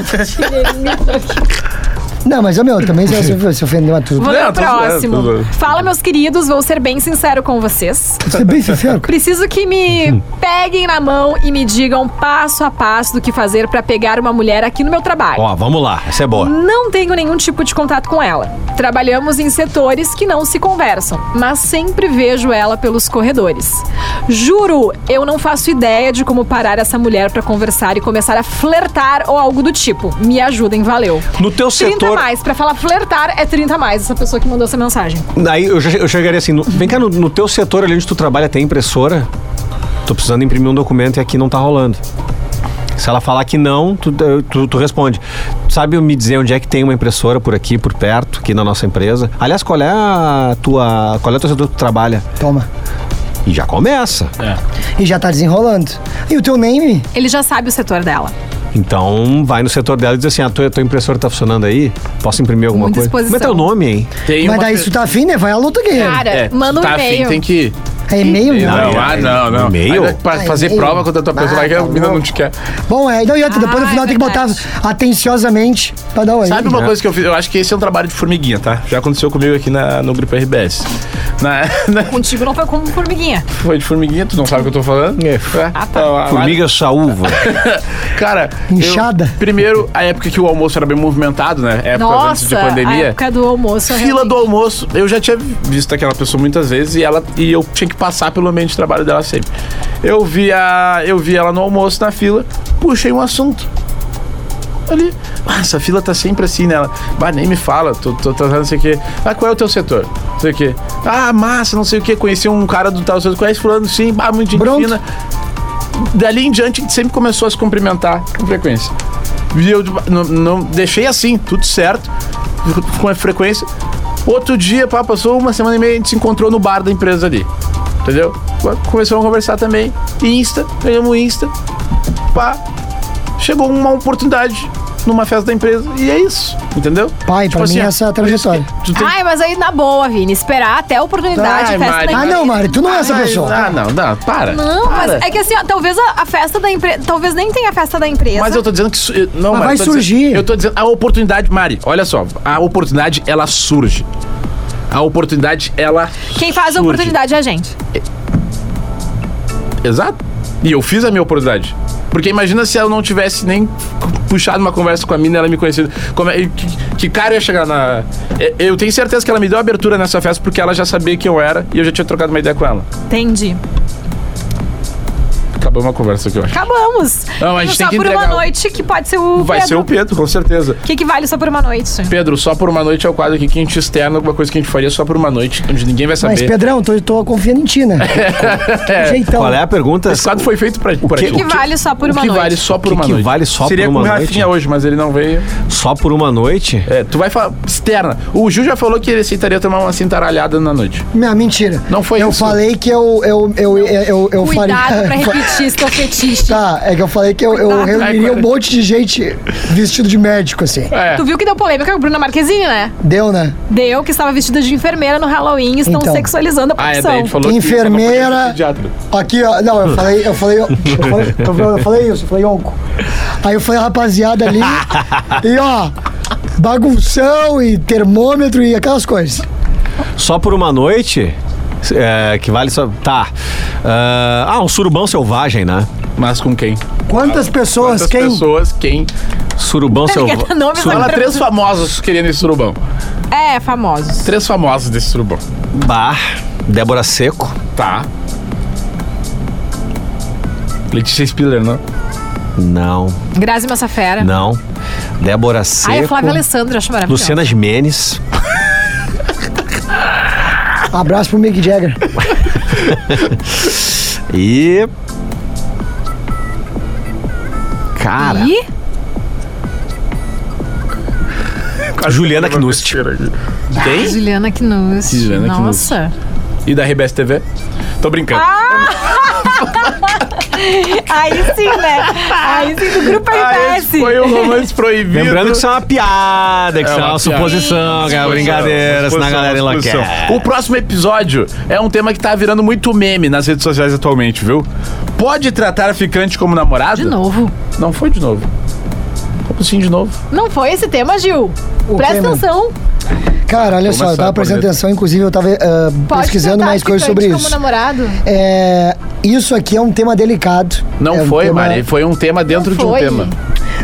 C: Não, mas, ô meu, também se você se ofendeu a tudo.
D: Vou ler
B: Não,
D: o
B: tô zoando, tô
D: próximo.
B: zoando.
D: Fala, meus queridos, vou ser bem sincero com vocês.
C: Pra ser bem sincero,
D: Preciso que me peguem na mão e me digam passo a passo do que fazer pra pegar uma mulher aqui no meu trabalho.
E: Ó, vamos lá. Essa é boa.
D: Não tenho nenhum tipo de contato com ela. Trabalhamos em setores que não se conversam, mas sempre vejo ela pelos corredores. Juro, eu não faço ideia de como parar essa mulher pra conversar e começar a flertar ou algo do tipo. Me ajudem, valeu.
E: No teu
D: 30
E: setor amor.
D: mais. Pra falar flertar é 30 a mais, essa pessoa que mandou essa mensagem.
E: Daí eu, che- eu chegaria assim, no- vem cá, no, no teu setor ali onde tu trabalha tem impressora? Tô precisando imprimir um documento e aqui não tá rolando. Se ela falar que não, tu, eu- tu, tu responde. Sabe me dizer onde é que tem uma impressora por aqui, por perto, aqui na nossa empresa? Aliás, qual é a tua. Qual é o teu setor que tu trabalha?
C: Toma.
E: E já começa.
C: E já tá desenrolando. E o teu name?
D: Ele já sabe o setor dela.
E: Então vai no setor dela e diz assim: ah, tua, tua impressora tá funcionando aí? Posso imprimir alguma
D: Muita
E: coisa?
D: exposição.
E: Como é teu nome, hein?
B: Tem
C: Mas
B: uma
C: daí
B: pe-
C: se tu tá afim, né? Vai à luta, guerreiro.
D: Cara,
B: É,
D: manda um
B: tá afim,
D: e-mail.
B: tem que ir.
C: é e-mail, né?
B: Não,
E: Não,
B: ah,
E: é-
B: não, não.
E: e-mail?
B: Ainda Pra
C: Ah,
B: fazer
C: e-mail.
B: prova quando a tua pessoa
C: Ah,
B: vai que a
C: tá
B: mina não
C: louco.
B: te quer.
C: Bom, é. Não, e outra, depois
D: Ah,
C: no final
D: é
C: tem que botar
D: verdade.
C: atenciosamente pra dar oi. Ah,
B: Sabe uma
E: É.
B: coisa que eu fiz? Eu acho que esse é um trabalho de formiguinha, tá? Já aconteceu comigo aqui na, no grupo RBS. Na, na-
D: Contigo não foi como formiguinha.
B: foi de formiguinha, tu não sabe o que eu tô falando?
E: É.
B: Ah, tá.
E: Formiga saúva.
B: Cara,
C: Inchada.
B: eu- primeiro, a época que o almoço era bem movimentado, né? Época antes de
D: Nossa, a
B: pandemia.
D: época do almoço.
B: Fila
D: realmente.
B: do almoço, eu já tinha visto aquela pessoa muitas vezes e ela e eu tinha que passar pelo ambiente de trabalho dela sempre. Eu vi a, eu vi ela no almoço na fila, puxei um assunto. Ali, ah, essa fila tá sempre assim nela. Bah, nem me fala, tô, tô tratando não sei o quê. Ah, qual é o teu setor? Não sei o quê. Ah, massa, não sei o quê. Conheci um cara do tal setor, conhece fulano, sim, bah, muito gente
C: Pronto.
B: fina. Dali em diante, a gente sempre começou a se cumprimentar com frequência. E eu não, não- deixei assim, tudo certo, com a frequência. Outro dia, pá, passou uma semana e meia, a gente se encontrou no bar da empresa ali. Entendeu? Começamos a conversar também. Insta, pegamos o Insta. Pá, chegou uma oportunidade numa festa da empresa e é isso, entendeu? Tipo assim,
C: Pai, pra mim essa é a trajetória.
B: Tu tem...
D: Ai, mas aí na boa, Vini, esperar até a oportunidade,
B: Ai,
D: festa
B: Mari.
D: da
C: Ah, não, Mari, tu não é essa
B: Ai,
C: pessoa.
B: Ah, não, não, para.
D: Não, mas
B: para.
D: é que assim, ó, talvez a, a festa da empresa. Talvez nem tenha a festa da empresa.
B: Mas eu tô dizendo que. su- eu- Não,
C: Mas
B: Mari,
C: vai
B: eu tô dizendo-
C: surgir.
B: eu tô dizendo. A oportunidade, Mari, olha só. A oportunidade, ela surge. A oportunidade, ela.
D: Quem faz a
B: surge.
D: oportunidade é a gente.
B: Exato. E eu fiz a minha oportunidade. Porque imagina se eu não tivesse nem puxado uma conversa com a mina, ela me conhecendo. Como é- que, que cara eu ia chegar na. É, Eu tenho certeza que ela me deu abertura nessa festa porque ela já sabia quem eu era e eu já tinha trocado uma ideia com ela.
D: Entendi.
B: Acabou uma conversa aqui, eu acho.
D: Acabamos.
B: Não, a gente tem
D: só
B: que
D: por uma
B: entregar o-
D: noite que pode ser o.
B: Vai
D: Pedro.
B: ser o Pedro, com certeza.
D: O que, que vale só por uma noite?
B: Pedro, só por uma noite é o quadro aqui que a gente externa alguma coisa que a gente faria só por uma noite, onde ninguém vai saber.
C: Mas, Pedrão, tô, tô confiando em ti, né? um Jeitão.
E: Qual é a pergunta?
B: Esse quadro foi feito pra, por
E: que-
B: aqui.
D: O que vale só por
B: O
D: uma
B: que
D: noite?
B: vale só por
E: O que
B: uma
E: que
B: noite?
E: vale só por
B: Seria
E: uma
B: com o
E: noite?
B: Rafinha hoje, mas ele não veio.
E: Só por uma noite?
B: É, tu vai falar externa. O Gil já falou que ele aceitaria tomar uma cintaralhada na noite.
C: Não, mentira.
B: Não foi
C: eu
B: isso.
C: falei que eu. Eu, eu, eu, eu, eu
D: Cuidado
C: faria-
D: pra repetir seu fetiche.
C: Tá, é que eu falei que eu, eu
D: Cuidado.
C: reuniria
B: Ai,
C: um monte de gente vestido de médico, assim.
B: É.
D: Tu viu que deu polêmica com a Bruna Marquezine, né?
C: Deu, né?
D: Deu, que estava vestida de enfermeira no Halloween e estão
C: Então.
D: sexualizando a
B: Ah, é,
D: profissão.
B: daí ele falou que... só pra
C: Enfermeira.
B: pediatra.
C: Aqui, ó. Não, eu falei, eu falei, eu falei, eu falei, eu falei isso, eu falei onco. Aí eu falei a rapaziada ali. e ó, bagunção e termômetro e aquelas coisas.
E: Só por uma noite? É, que vale só. Tá. Ah, ah, um surubão selvagem, né?
B: Mas com quem?
C: Quantas pessoas,
B: Quantas
C: quem?
B: pessoas, quem?
E: Surubão selvagem.
D: Cada nome
B: Fala
D: da-
B: três famosos querendo esse surubão.
D: É, famosos.
B: Três famosos desse surubão.
E: Bar, Débora Seco.
B: Tá. Letícia Spiller, né? não?
E: Não,
D: Grazi Massafera.
E: não. Débora Seco.
D: Ai, a Flávia Alessandra, acho maravilhosa.
E: Luciana Jimenez.
C: Abraço pro Mick Jagger.
E: E. Cara.
D: Ih,
E: Juliana Knust.
B: Tem?
D: Juliana Knust.
B: Juliana Knust.
D: Nossa.
B: E da RBS TV? Tô brincando.
D: Aí sim, né? Aí sim, do grupo
B: Ah,
D: RBS.
B: esse foi o romance proibido.
E: Lembrando que isso é uma piada, que
B: É
E: isso é uma,
B: uma piada.
E: suposição, Um que é uma brincadeira, senão a galera
B: Exposição.
E: enlouquece.
B: O próximo episódio é um tema que tá virando muito meme nas redes sociais atualmente, viu? Pode tratar a ficante como namorado?
D: De novo.
B: Não foi de novo. Como assim de novo?
D: Não foi esse tema, Gil. Presta
C: tema?
D: atenção.
C: Cara, olha só, eu
B: Começar
C: tava
B: por
C: prestando
B: dentro.
C: atenção, inclusive eu tava ah,
D: Pode
C: pesquisando
D: tratar
C: mais coisas
D: ficante
C: sobre
D: Como
C: isso.
D: namorado.
C: É, isso aqui é um tema delicado.
B: Não
C: É um
B: foi,
C: tema-
B: Mari. Foi um tema dentro
D: Não
B: de um
D: foi.
B: tema.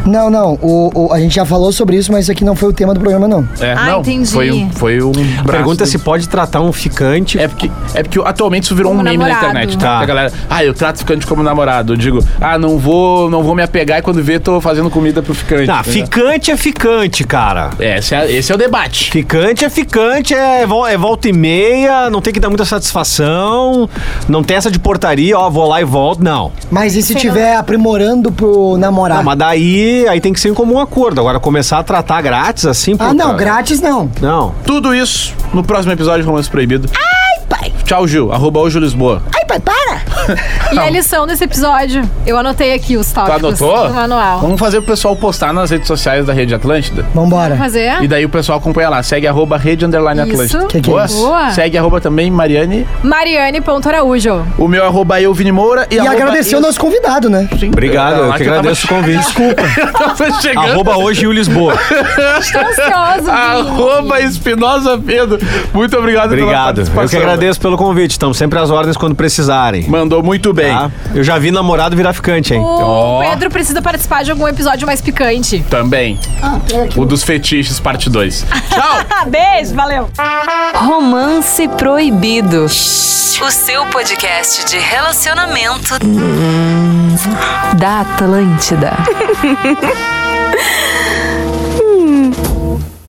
C: Não, não. O, o- a gente já falou sobre isso, mas isso aqui não foi o tema do programa, não.
B: É,
A: Ah,
B: não,
A: entendi.
B: Foi, um- foi um
E: A
B: braço
E: pergunta é
B: do-
E: se pode tratar um ficante.
B: É porque, é porque atualmente isso virou
D: Como
B: um meme
D: namorado.
B: na internet, tá?
E: Tá.
B: A galera, ah, eu trato ficante como namorado. Eu digo, ah, não vou, não vou me apegar e quando vê, tô fazendo comida pro ficante.
E: Ah,
B: entendeu?
E: ficante é ficante, cara.
B: É, esse é, esse é o debate.
E: Ficante é ficante, é, vol- é volta e meia, não tem que dar muita satisfação, não tem essa de portaria, ó, vou lá e volto, não.
C: Mas e se
D: Sei
C: tiver aprimorando pro
E: Ah,
C: namorado?
E: mas daí aí tem que ser em comum acordo. Agora, começar a tratar grátis assim,
C: Ah,
E: puta,
C: não, grátis não.
E: Não.
B: Tudo isso no próximo episódio de Romance Proibido.
C: Ai, pai.
B: Tchau, Gil. Arroba o Gil Lisboa.
C: Ai, pai, para.
D: E a lição desse episódio? Eu anotei aqui os
B: Tu
D: tópicos
B: anotou?
D: do manual.
B: Vamos fazer o pessoal postar nas redes sociais da Rede Atlântida.
C: Vambora.
D: Fazer?
B: E daí o pessoal acompanha lá. Segue arroba Rede Underline
D: Isso.
B: Atlântida.
C: Que que é
B: Boa?
C: isso?
D: Boa.
B: Segue arroba também Mariane.
D: Mariane.araújo.
B: O meu arroba eu, Vini Moura. E,
C: E
B: arroba
C: agradecer o
B: eu-
C: nosso convidado, né?
B: Sim.
E: Obrigado, eu
B: Lá
E: é que
B: tava-
E: agradeço o convite. Desculpa.
B: eu tava chegando.
E: Arroba hoje o Lisboa.
D: Tô ansioso, Vini.
B: Arroba Espinosa Pedro. Muito obrigado,
E: Obrigado.
B: pela participação.
E: Eu que agradeço pelo convite. Estamos sempre às ordens quando precisarem.
B: Mandou muito bem.
E: tá? Eu já vi namorado virar ficante, hein?
D: O
B: Ó.
D: Pedro precisa participar de algum episódio mais picante.
B: Também.
C: Ah,
B: O dos fetiches, parte 2. Tchau!
D: Ah, beijo, valeu.
A: Romance Proibido. O seu podcast de relacionamento da Atlântida.